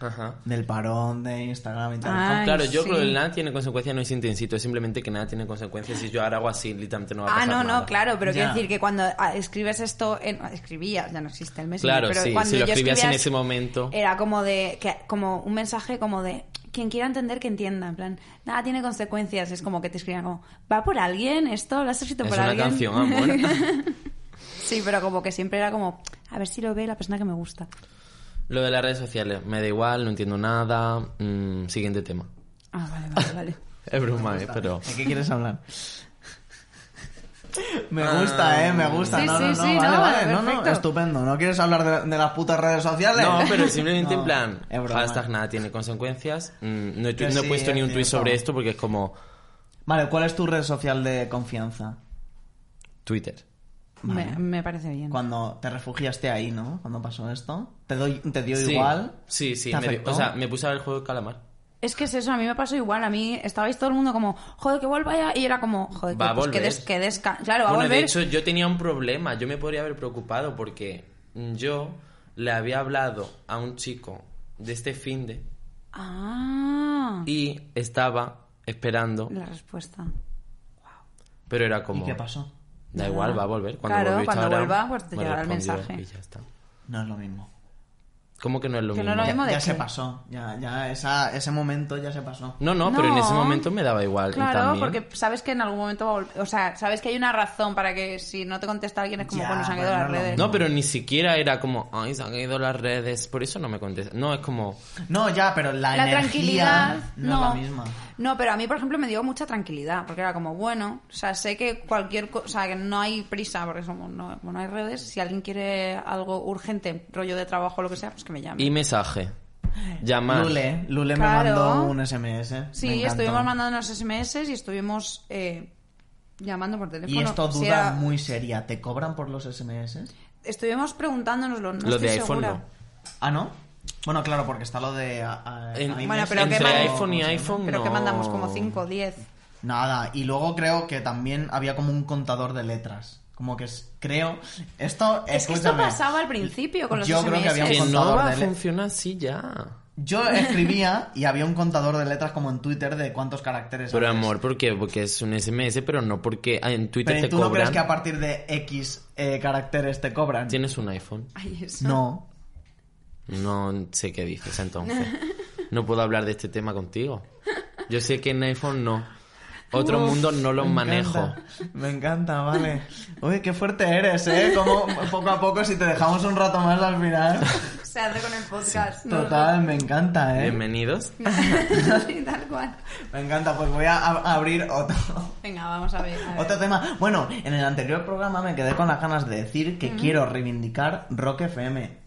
S3: Ajá.
S1: del parón de Instagram y tal.
S2: Ah. Ay,
S3: claro, yo creo que
S2: sí.
S3: el nada tiene consecuencias no es intensito, es simplemente que nada tiene consecuencias. Si yo ahora hago así, literalmente no va a
S2: Ah,
S3: pasar
S2: no, no,
S3: nada.
S2: claro, pero quiero
S1: Ya.
S2: decir que cuando ah, escribes esto, en- ah, escribías, ya no existe el Messenger,
S3: Claro,
S2: pero
S3: sí,
S2: cuando
S3: si lo
S2: yo
S3: escribías en
S2: escribía
S3: ese momento.
S2: Era como de que, como un mensaje como de quien quiera entender que entienda, en plan, nada tiene consecuencias, es como que te escribían como, va por alguien esto, lo has escrito
S3: Es
S2: por
S3: una
S2: alguien.
S3: canción, ah, amor.
S2: sí, pero como que siempre era como, a ver si lo ve la persona que me gusta.
S3: Lo de las redes sociales, me da igual, no entiendo nada. mm, siguiente tema.
S2: Ah, vale, vale, vale.
S3: Es broma, eh, pero.
S1: ¿De qué quieres hablar? Me gusta, eh,
S3: Ah.
S1: me gusta.
S2: Sí,
S1: no, no,
S2: sí,
S1: no,
S2: sí,
S1: vale,
S2: no,
S1: vale, no, no,
S2: perfecto.
S1: estupendo. ¿No quieres hablar de, de las putas redes sociales?
S3: No, pero simplemente en plan,
S1: es broma.
S3: hashtag nada tiene consecuencias. Mm, no he, tu-
S1: Que
S3: no he
S1: sí,
S3: puesto
S1: es
S3: ni un tweet
S1: cierto.
S3: sobre esto porque es como
S1: Vale, ¿cuál es tu red social de confianza?
S3: Twitter.
S2: Me, me parece bien.
S1: Cuando te refugiaste ahí, ¿no? Cuando pasó esto. ¿Te, doy, te dio
S3: Sí.
S1: igual?
S3: Sí, sí.
S1: ¿Te
S3: me dio-
S1: afectó?
S3: o sea, me puse a ver el juego de calamar.
S2: Es que es eso, a mí me pasó igual. A mí estabais todo el mundo como, joder, que vuelva ya. Y era como, joder,
S3: Va a
S2: que, pues, que
S3: volver.
S2: des- que desca- Claro, va a
S3: bueno,
S2: volver.
S3: de hecho, yo tenía un problema. Yo me podría haber preocupado porque yo le había hablado a un chico de este fin de
S2: Ah,
S3: y estaba esperando,
S2: la respuesta.
S3: pero era como.
S1: ¿Y qué pasó?
S3: Da igual, va a volver. Cuando
S2: Claro,
S3: volvió
S2: cuando
S3: Instagram,
S2: vuelva, pues te
S3: me
S2: llegará el
S3: respondió
S2: mensaje.
S3: Y ya está.
S1: No es lo mismo.
S3: ¿Cómo que no es lo
S2: Que no
S3: mismo?
S2: lo
S1: Ya,
S2: mismo de
S1: ya
S2: qué?
S1: se pasó. Ya, ya esa, ese momento ya se pasó.
S3: No, no, pero en ese
S2: No.
S3: momento me daba igual. y
S2: Claro,
S3: también.
S2: porque sabes que en algún momento va a volver. O sea, sabes que hay una razón para que si no te contesta alguien es como,
S1: Ya,
S2: bueno, se han quedado
S1: pero
S2: las
S1: no es lo
S2: redes.
S3: No, pero ni siquiera era como, ay, se han ido las redes, por eso no me contesta. No, es como,
S1: No, ya, pero la,
S2: la
S1: energía
S2: tranquilidad
S1: no, es la misma.
S2: No, pero a mí, por ejemplo, me dio mucha tranquilidad, porque era como, bueno, o sea, sé que cualquier cosa, o sea, que no hay prisa, porque somos, no, como no hay redes, si alguien quiere algo urgente, rollo de trabajo o lo que sea, pues que me llame.
S3: y mensaje. Llamar.
S1: Lule, Lule
S2: Claro.
S1: me mandó un SMS. me
S2: sí,
S1: encantó.
S2: estuvimos mandándonos SMS y estuvimos eh, llamando por teléfono.
S1: Y esto
S2: Si
S1: duda
S2: era-
S1: muy seria. ¿Te cobran por los SMS?
S2: Estuvimos preguntándonoslo, no
S3: lo
S2: estoy
S3: de iPhone
S2: segura.
S3: no.
S1: Ah, ¿no? Bueno, claro, porque está lo de... a- a-
S3: En-
S1: iMessage.
S2: Bueno, pero que
S3: entre
S2: mand-
S1: ¿Cómo
S3: iPhone y
S1: se llama?
S3: iPhone
S2: Pero
S3: no.
S2: que mandamos como 5 o 10.
S1: Nada, y luego creo que también había como un contador de letras. Como que es, creo... Esto,
S2: Es que esto
S1: escúchame.
S2: pasaba al principio con los
S1: Yo creo que
S2: SMS.
S1: había un
S3: Que no
S1: contador
S3: va a
S1: de le-
S3: funcionar así ya.
S1: Yo escribía y había un contador de letras como en Twitter de cuántos caracteres...
S3: Pero
S1: haces.
S3: amor, porque Porque es un SMS, pero no porque ah, en Twitter
S1: Pero ¿y
S3: te
S1: tú no crees
S3: cobran.
S1: que a partir de X eh, caracteres te cobran?
S3: Tienes un iPhone.
S2: Ay, eso.
S1: No.
S3: No sé qué dices entonces. No puedo hablar de este tema contigo. Yo sé que en iPhone no. Otro
S1: Uf,
S3: mundo no los
S1: me
S3: manejo.
S1: encanta, me encanta, vale. Uy, qué fuerte eres, ¿eh? Como poco a poco, si te dejamos un rato más al final.
S2: Se hace con el podcast. ¿no?
S1: Total, me encanta, ¿eh?
S3: Bienvenidos.
S2: Sí, tal cual.
S1: Me encanta, pues voy a ab- abrir otro,
S2: Venga, vamos a ver. a ver.
S1: otro tema. Bueno, en el anterior programa me quedé con las ganas de decir que quiero reivindicar Rock FM.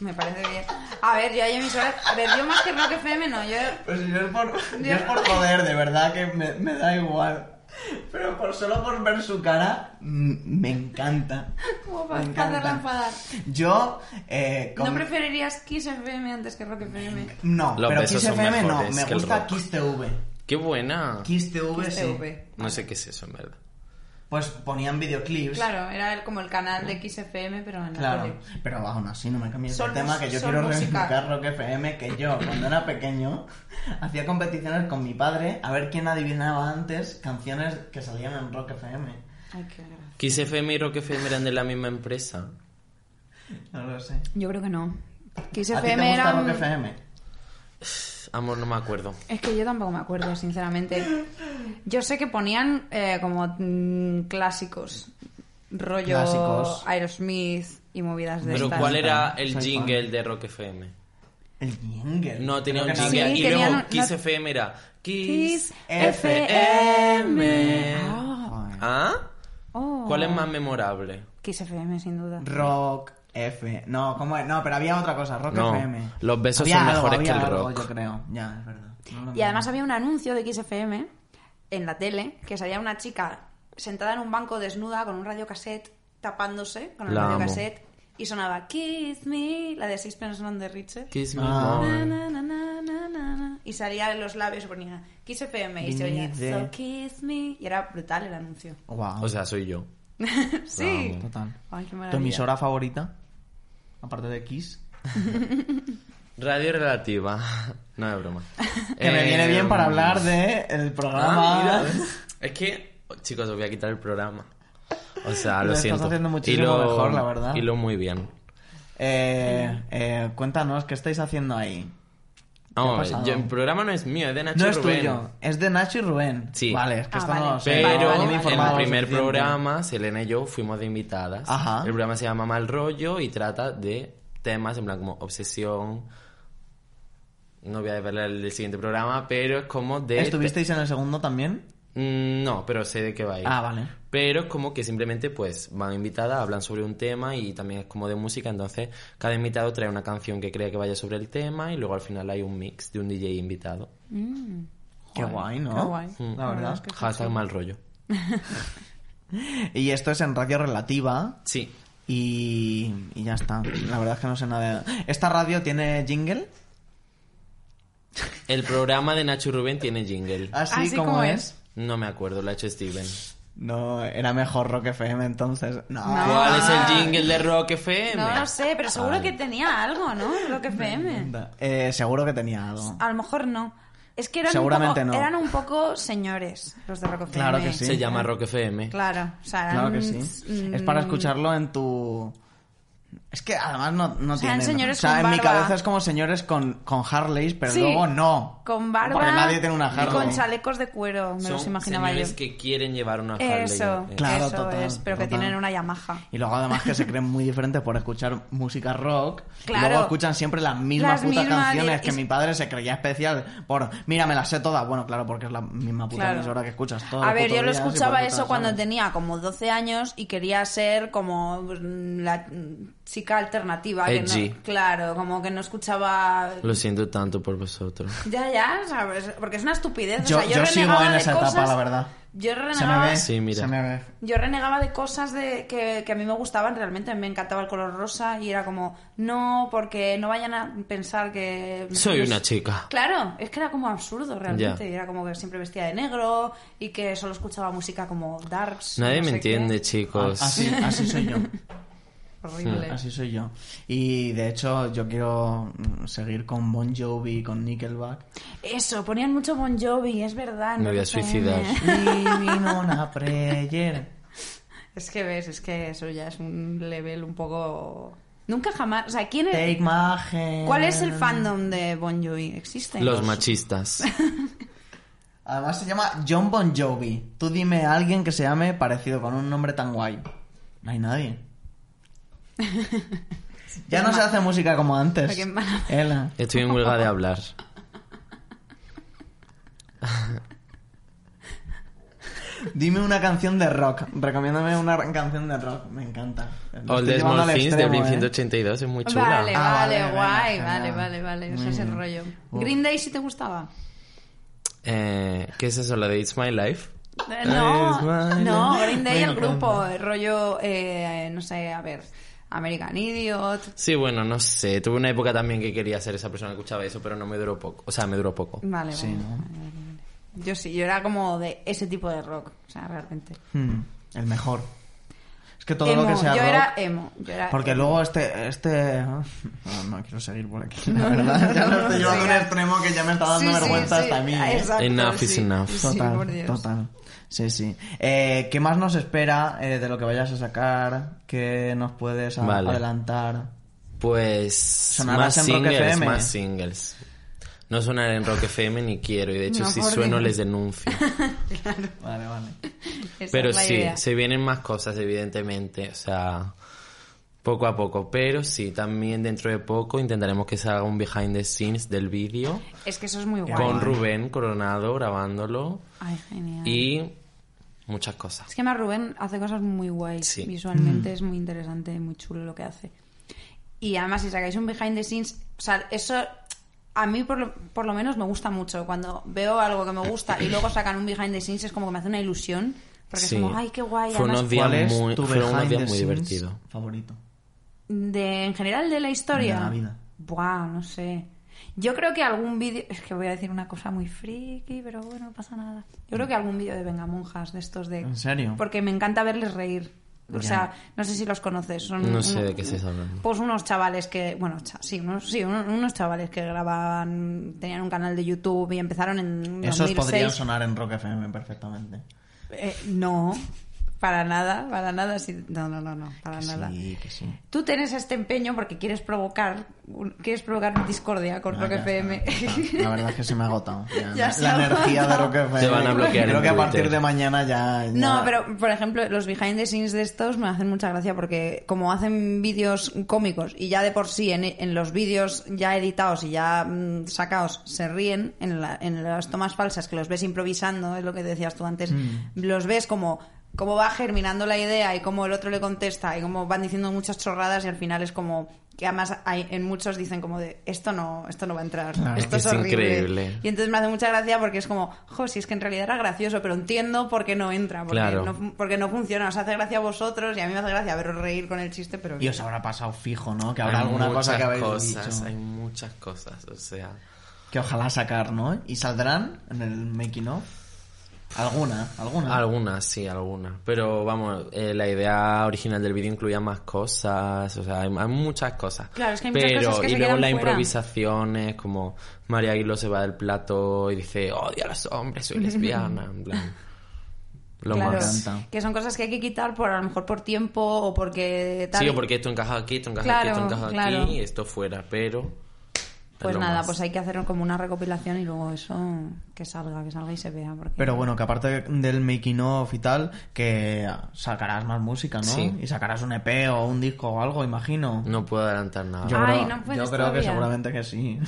S2: Me parece bien. A ver, yo hay emisoras. A ver, yo más que Rock FM, no. Yo.
S1: Pues yo es por, yo es por joder, de verdad que me, me da igual. Pero por solo por ver su cara, mm, me encanta.
S2: Como
S1: Me
S2: para
S1: encanta.
S2: hacerla enfadar.
S1: Yo, eh, con-
S2: ¿No preferirías Kiss FM antes que Rock FM?
S1: No,
S3: Los
S1: pero
S3: besos
S1: Kiss
S3: son
S1: FM no,
S3: mejores
S1: me
S3: que el
S1: gusta
S3: rock.
S1: Kiss TV.
S3: Qué buena.
S1: Kiss TV,
S2: Kiss
S1: Pues sí.
S2: TV.
S3: No sé qué es eso, en verdad.
S1: Pues ponían videoclips.
S2: Claro, era el- como el canal de Kiss FM, pero en la
S1: Pues- Claro,
S2: tele.
S1: pero aún así no me cambies el
S2: Sol
S1: tema
S2: mus-
S1: que yo
S2: sol
S1: quiero
S2: música.
S1: reivindicar Rock FM que yo cuando era pequeño hacía competiciones con mi padre a ver quién adivinaba antes canciones que salían en Rock FM.
S2: Ay, qué gracia.
S3: Kiss FM y Rock FM eran de la misma empresa.
S1: No lo sé.
S2: Yo creo que no. Kiss
S1: ¿A ti te
S2: FM
S1: gusta
S2: era.
S1: Rock FM?
S3: Amor, no me acuerdo.
S2: Es que yo tampoco me acuerdo, sinceramente. Yo sé que ponían eh, como mm, clásicos. Rollo
S1: Clásicos.
S2: Aerosmith y movidas de
S3: Pero
S2: estas.
S3: ¿cuál era el
S1: Soy fan.
S3: jingle de Rock FM?
S1: El jingle.
S3: No, tenía un
S1: Creo que
S2: Sí,
S3: jingle.
S1: nadie-
S3: y
S2: tenía
S3: luego
S2: un-
S3: Kiss
S2: no-
S3: FM era Kiss
S2: Kiss
S3: FM.
S1: Joder.
S3: ¿Ah?
S2: Oh.
S3: ¿Cuál es más memorable?
S2: Kiss FM, sin duda.
S1: Rock F. No, ¿cómo es? No, pero había otra cosa, Rock
S3: No,
S1: FM.
S3: los besos
S1: Había
S3: son
S1: algo,
S3: mejores que
S1: había
S3: el
S1: algo,
S3: rock.
S1: yo creo. Ya, es verdad. No lo
S2: Y además
S1: entiendo.
S2: había un anuncio de Kiss FM en la tele que salía una chica sentada en un banco desnuda con un radiocassette tapándose con el
S3: La amo.
S2: radiocassette y sonaba Kiss Me, la de Sixpence None de Riches.
S3: Kiss me
S1: Ah.
S2: Na,
S3: more.
S2: na, na, na, na, na, na. Y salía en los labios y ponía Kiss FM y se oía
S1: Vinide.
S2: So Kiss Me. Y era brutal el anuncio.
S1: Guau.
S3: O sea, soy yo.
S2: sí.
S3: amo.
S1: Total.
S2: Ay, qué
S1: ¿Tu
S2: maravilla.
S1: emisora favorita? Aparte de Kiss.
S3: Radio Relativa. No es broma.
S1: Que me viene
S3: Eh,
S1: bien para hablar de el
S3: Ah,
S1: programa.
S3: mira. Es que, chicos, os voy a quitar el programa. O sea, lo,
S1: Lo estás
S3: siento.
S1: haciendo muchísimo mejor, la verdad.
S3: Hilo muy bien.
S1: Eh, eh, cuéntanos, ¿qué estáis haciendo ahí?
S3: Vamos a ver,
S1: pasado?
S3: yo- el programa no es mío, es de Nacho
S1: no es
S3: Rubén.
S1: tuyo, es de Nacho y Rubén.
S3: Sí.
S1: Vale, es que
S2: Ah,
S1: estamos eh,
S2: vale. vale,
S3: Pero
S2: vale.
S3: en el
S1: informados
S3: primer
S1: suficiente.
S3: programa, Selena y yo fuimos de invitadas.
S1: Ajá.
S3: El programa se llama Mal Rollo y trata de temas en plan como obsesión. No voy a desvelar el siguiente programa, pero es como de... este-
S1: ¿Estuvisteis en el segundo también?
S3: Mm, No, pero sé de qué va a ir.
S1: Ah, vale.
S3: Pero es como que simplemente pues van invitadas, hablan sobre un tema y también es como de música, entonces cada invitado trae una canción que cree que vaya sobre el tema y luego al final hay un mix de un DJ invitado.
S2: Mm.
S1: Qué guay, ¿no?
S2: Qué guay.
S3: Mm.
S1: La verdad.
S2: es que sí.
S3: Hashtag mal rollo.
S1: Y esto es en radio relativa
S3: Sí.
S1: y, y ya está. La verdad es que no sé nada. ¿Esta radio tiene jingle?
S3: El programa de Nacho Rubén tiene jingle.
S1: Así,
S2: Así
S1: como,
S2: como
S1: es.
S2: es.
S3: No me acuerdo, lo ha hecho Steven.
S1: No, era mejor Rock FM entonces. No.
S2: No.
S3: ¿Cuál es
S2: Ah.
S3: el jingle de Rock FM?
S2: No lo sé, pero seguro
S3: Vale.
S2: que tenía algo, ¿no? Lo que FM.
S1: Eh, seguro que tenía algo.
S2: A lo mejor no. Es que eran,
S1: Seguramente
S2: un, poco,
S1: no.
S2: eran un poco señores los de Rock
S1: Claro
S2: FM.
S1: que sí.
S3: Se llama Rock FM.
S2: Claro, o sea, eran,
S1: Claro que sí.
S2: mm,
S1: Es para escucharlo en tu. Es que además no, no
S2: O sea,
S1: tienen-
S2: en señores
S1: o sea,
S2: con
S1: en mi
S2: barba.
S1: cabeza es como señores con, con Harleys, pero
S2: Sí.
S1: luego no.
S2: Con barba
S1: Porque nadie tiene una
S2: y
S1: Harley.
S2: con chalecos de cuero, me
S3: Son
S2: los imaginaba yo.
S3: señores que quieren llevar una Harley.
S2: Eso,
S3: Eh,
S1: Claro,
S2: eso
S1: total,
S2: es, pero que
S1: total.
S2: tienen una Yamaha.
S1: Y luego además que se creen muy diferentes por escuchar música rock. Y
S2: Claro.
S1: luego escuchan siempre las mismas
S2: Las
S1: putas
S2: mismas,
S1: canciones
S2: y-
S1: que mi padre se creía especial por, mira, me las sé todas. Bueno, claro, porque es la misma puta
S2: Claro.
S1: emisora que escuchas todas.
S2: A ver, yo lo escuchaba eso cuando tenía como 12 años y quería ser como pues, la mm, chica alternativa. que no-
S3: Edgy.
S2: claro, como que no escuchaba...
S3: Lo siento tanto por vosotros.
S2: Ya, ya, ¿sabes? Porque es una estupidez.
S1: Yo-
S2: o sea, yo,
S1: yo sigo
S2: renegaba
S1: en
S2: de
S1: esa etapa,
S2: cosas-
S1: la verdad.
S2: Yo
S1: Se me
S2: renegaba,
S1: ve,
S3: Sí, mira.
S1: se me ve.
S2: yo renegaba de cosas de, que, que a mí me gustaban realmente. Me encantaba el color rosa y era como, no, porque no vayan a pensar que.
S3: Soy
S2: es-
S3: una chica.
S2: Claro, es que era como absurdo realmente.
S3: Ya.
S2: Y Era como que siempre vestía de negro y que solo escuchaba música como darks.
S3: Nadie
S2: no
S3: me
S2: sé qué.
S3: entiende, chicos.
S1: Así, así soy yo.
S2: Horrible.
S3: Ah,
S1: Así soy yo. Y de hecho, yo quiero mm, seguir con Bon Jovi, con Nickelback.
S2: Eso, ponían mucho Bon Jovi, es verdad.
S3: Me
S2: no
S3: voy a
S2: lo sé.
S3: suicidar.
S1: Living on a prayer.
S2: Es que ves, es que eso ya es un level un poco. Nunca jamás. O sea, ¿quién es-
S1: Take my hand.
S2: ¿Cuál es el fandom de Bon Jovi? ¿Existe?
S3: Los machistas.
S1: Además se llama John Bon Jovi. Tú dime a alguien que se llame parecido con un nombre tan guay. No hay nadie. Ya no se hace música como antes.
S2: Qué mala.
S1: Ela.
S3: Estoy en huelga de hablar.
S1: Dime una canción de rock. Recomiéndame una canción de rock. Me encanta. Lo
S3: All
S1: estoy
S3: the
S1: llevando
S3: Small
S1: al
S3: Things de
S1: extremo,
S3: Blink
S1: ¿eh?
S3: 182 es muy chula.
S2: Vale,
S1: Ah,
S2: vale,
S1: vale,
S2: guay,
S1: venga,
S2: vale,
S1: genial.
S2: vale, vale,
S1: Muy
S2: ese es el
S1: bien.
S2: rollo.
S1: Uh.
S2: Green Day si te gustaba.
S3: Eh, ¿Qué es eso? ¿La de It's My Life?
S2: Eh, No,
S3: It's my
S2: no,
S3: life.
S2: Green Day
S1: Me
S2: el
S1: encanta.
S2: grupo, el rollo, eh, no sé, a ver, American Idiot,
S3: Sí, bueno, no sé. Tuve una época también que quería ser esa persona que escuchaba eso, pero no me duró poco. O sea, me duró poco.
S2: vale,
S1: Sí,
S2: bueno,
S1: ¿no?
S2: vale, vale, vale. Yo sí, yo era como de ese tipo de rock, o sea, realmente.
S1: Hmm, el mejor. Es que todo
S2: Emo,
S1: lo que sea
S2: Eh, yo
S1: rock-
S2: era eh, emo, yo era
S1: Porque
S2: emo.
S1: luego este... este... No, no quiero seguir por aquí, la verdad. Ya lo estoy llevando a un
S2: sigas.
S1: extremo que ya me está dando
S2: Sí, sí,
S1: vergüenza
S2: sí,
S1: hasta a mí. ¿eh?
S2: exacto,
S3: Enough is
S2: sí,
S3: enough.
S2: sí, por
S1: Total,
S2: Dios.
S1: total. Sí, sí. Eh, ¿Qué más nos espera eh, de lo que vayas a sacar? ¿Qué nos puedes a-
S3: Vale.
S1: adelantar?
S3: Pues
S1: Sonarás
S3: más
S1: en Rock ¿eh?
S3: singles,
S1: FM.
S3: más singles. No sonar en Rock FM ni quiero, y de hecho
S2: No,
S3: si
S2: por
S3: sueno
S2: Dios.
S3: les denuncio.
S1: Vale, vale.
S2: Esa
S3: Pero
S2: es la
S3: sí,
S2: idea.
S3: se vienen más cosas, evidentemente. O sea, poco a poco. Pero sí, también dentro de poco intentaremos que se haga un behind the scenes del vídeo
S2: Es que eso es muy guay.
S3: con Rubén Coronado grabándolo
S2: Ay, genial.
S3: y muchas cosas.
S2: Es que más Rubén hace cosas muy guays.
S3: Sí.
S2: Visualmente es muy interesante, muy chulo lo que hace. Y además, si sacáis un behind the scenes, o sea, eso a mí por lo, por lo menos me gusta mucho. Cuando veo algo que me gusta y luego sacan un behind the scenes, es como que me hace una ilusión. Porque
S3: Sí.
S2: es como, ay, qué guay.
S3: Fue
S2: además,
S3: unos días
S1: ¿Cuál es
S3: muy,
S1: tu
S3: fueron unos
S1: behind
S3: días
S1: the
S3: muy
S1: scenes
S3: divertidos.
S1: favorito?
S2: de, en general de la historia.
S1: De la vida.
S2: Buah, no sé. Yo creo que algún vídeo. Es que voy a decir una cosa muy friki, pero bueno, no pasa nada. Yo creo que algún vídeo de Venga Monjas, de estos de.
S1: ¿En serio?
S2: Porque me encanta verles reír. O sea, no sé si los conoces. Son
S3: No sé
S2: uno-
S3: de qué estáis hablando.
S2: Pues unos chavales que, bueno, cha- sí, unos, sí, uno- unos chavales que grababan, tenían un canal de YouTube y empezaron en
S1: Esos
S2: 2006.
S1: podrían sonar en Rock FM perfectamente.
S2: Eh, no, para nada, para nada. sí. no, no, no, no, para
S1: Que
S2: nada.
S1: Sí, que sí.
S2: Tú tienes este empeño porque quieres provocar, un- quieres provocar discordia con
S1: Ah,
S2: Rock
S1: ya
S2: FM.
S1: está, ya está. La verdad es que se me ha agotado. Ya,
S2: Ya
S1: la-
S2: se
S1: la
S2: ha
S1: energía de
S2: agotado.
S1: Rock FM.
S3: Te van a bloquear
S1: Creo
S3: en
S1: que a
S3: Twitter.
S1: partir de mañana ya. ya-
S2: No, pero por ejemplo, los behind the scenes de estos me hacen mucha gracia porque como hacen vídeos cómicos y ya de por sí en, en los vídeos ya editados y ya mm, sacados se ríen, en, la- en las tomas falsas que los ves improvisando, es lo que decías tú antes, los ves como cómo va germinando la idea y cómo el otro le contesta y cómo van diciendo muchas chorradas y al final es como que además hay, en muchos dicen como de esto no esto no va a entrar
S1: Claro.
S2: esto es,
S3: Es
S2: horrible.
S3: increíble.
S2: Y entonces me hace mucha gracia porque es como, jo, si es que en realidad era gracioso, pero entiendo por qué no entra, porque,
S3: Claro.
S2: no, fun- porque no funciona. Os hace gracia a vosotros y a mí me hace gracia veros reír con el chiste, pero...
S1: Y os habrá pasado fijo, ¿no? Que habrá
S3: Hay
S1: alguna cosa
S3: muchas
S1: que habéis
S3: cosas,
S1: dicho.
S3: Hay muchas cosas, o sea...
S1: Que ojalá sacar, ¿no? Y saldrán en el making of. Alguna, alguna.
S3: Algunas, sí, algunas. Pero vamos, eh, la idea original del vídeo incluía más cosas, o sea, hay, hay muchas cosas.
S2: Claro, es que hay muchas
S3: Pero,
S2: cosas que
S3: y
S2: se
S3: luego
S2: quedan
S3: las
S2: fuera.
S3: improvisaciones, como María Aguilo se va del plato y dice, odio a los hombres, soy lesbiana, en plan. Lo
S2: claro,
S3: más.
S1: encanta.
S2: que son cosas que hay que quitar por a lo mejor por tiempo o porque tal.
S3: Sí, o porque esto encaja aquí, esto encaja
S2: Claro,
S3: aquí, esto encaja
S2: claro.
S3: aquí, y esto fuera, pero... es
S2: Pues
S3: lo
S2: nada,
S3: más.
S2: pues hay que hacer como una recopilación y luego eso que salga, que salga y se vea. Porque...
S1: Pero bueno, que aparte del making of y tal, que sacarás más música, ¿no?
S3: Sí.
S1: Y sacarás un EP o un disco o algo, imagino.
S3: No puedo adelantar nada.
S1: Yo
S2: Ay,
S1: creo,
S2: no puedes
S1: yo creo que
S2: todavía.
S1: seguramente que sí.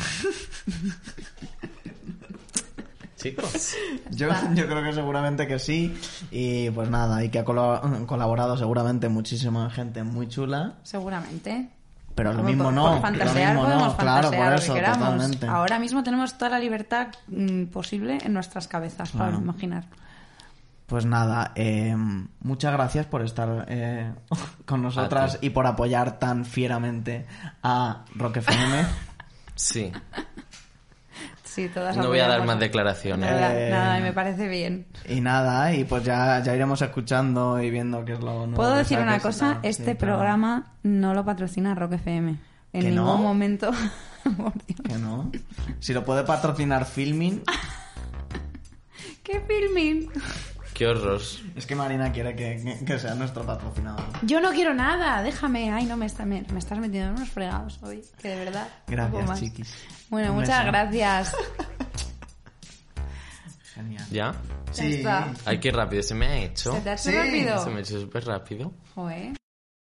S3: Chicos.
S1: Yo, yo creo que seguramente que sí. Y pues nada, y que ha colo- colaborado seguramente muchísima gente muy chula.
S2: Seguramente.
S1: Pero lo
S2: Por-
S1: mismo
S2: por-
S1: no.
S2: Por fantasear
S1: lo mismo
S2: podemos
S1: no, claro,
S2: fantasear
S1: por
S2: lo
S1: eso,
S2: que queramos.
S1: totalmente.
S2: Ahora mismo tenemos toda la libertad mm, posible en nuestras cabezas
S1: Claro.
S2: para imaginar.
S1: Pues nada, eh, muchas gracias por estar eh, con nosotras
S3: A ti.
S1: y por apoyar tan fieramente a Rock FM.
S3: Sí.
S2: Sí, todas
S3: No voy a dar
S2: apoyamos.
S3: más declaraciones.
S2: Nada,
S1: Eh,
S2: nada, y me parece bien.
S1: y nada, y pues ya, ya iremos escuchando y viendo qué es lo nuevo
S2: Puedo
S1: que
S2: decir una
S1: saques y
S2: cosa,
S1: tal.
S2: este
S1: Sí, claro.
S2: programa no lo patrocina Rock FM. En
S1: ¿Que
S2: ningún
S1: no?
S2: momento. Por Dios.
S1: Que no. Si lo puede patrocinar Filming.
S2: ¡Qué filming!
S3: Qué horror.
S1: Es que Marina quiere que, que- que sea nuestro patrocinador.
S2: Yo no quiero nada, déjame. Ay, no me, está- me, me estás metiendo en unos fregados hoy, que de verdad. no puedo
S1: Gracias,
S2: más.
S1: chiquis.
S2: Bueno,
S1: Un
S2: muchas
S1: beso.
S2: gracias.
S1: Genial.
S3: ¿Ya?
S1: Sí.
S2: está.
S3: Ay, qué rápido se me ha hecho.
S2: ¿Se te ha hecho
S1: Sí.
S2: rápido?
S3: Se me ha hecho súper rápido.
S2: Joder.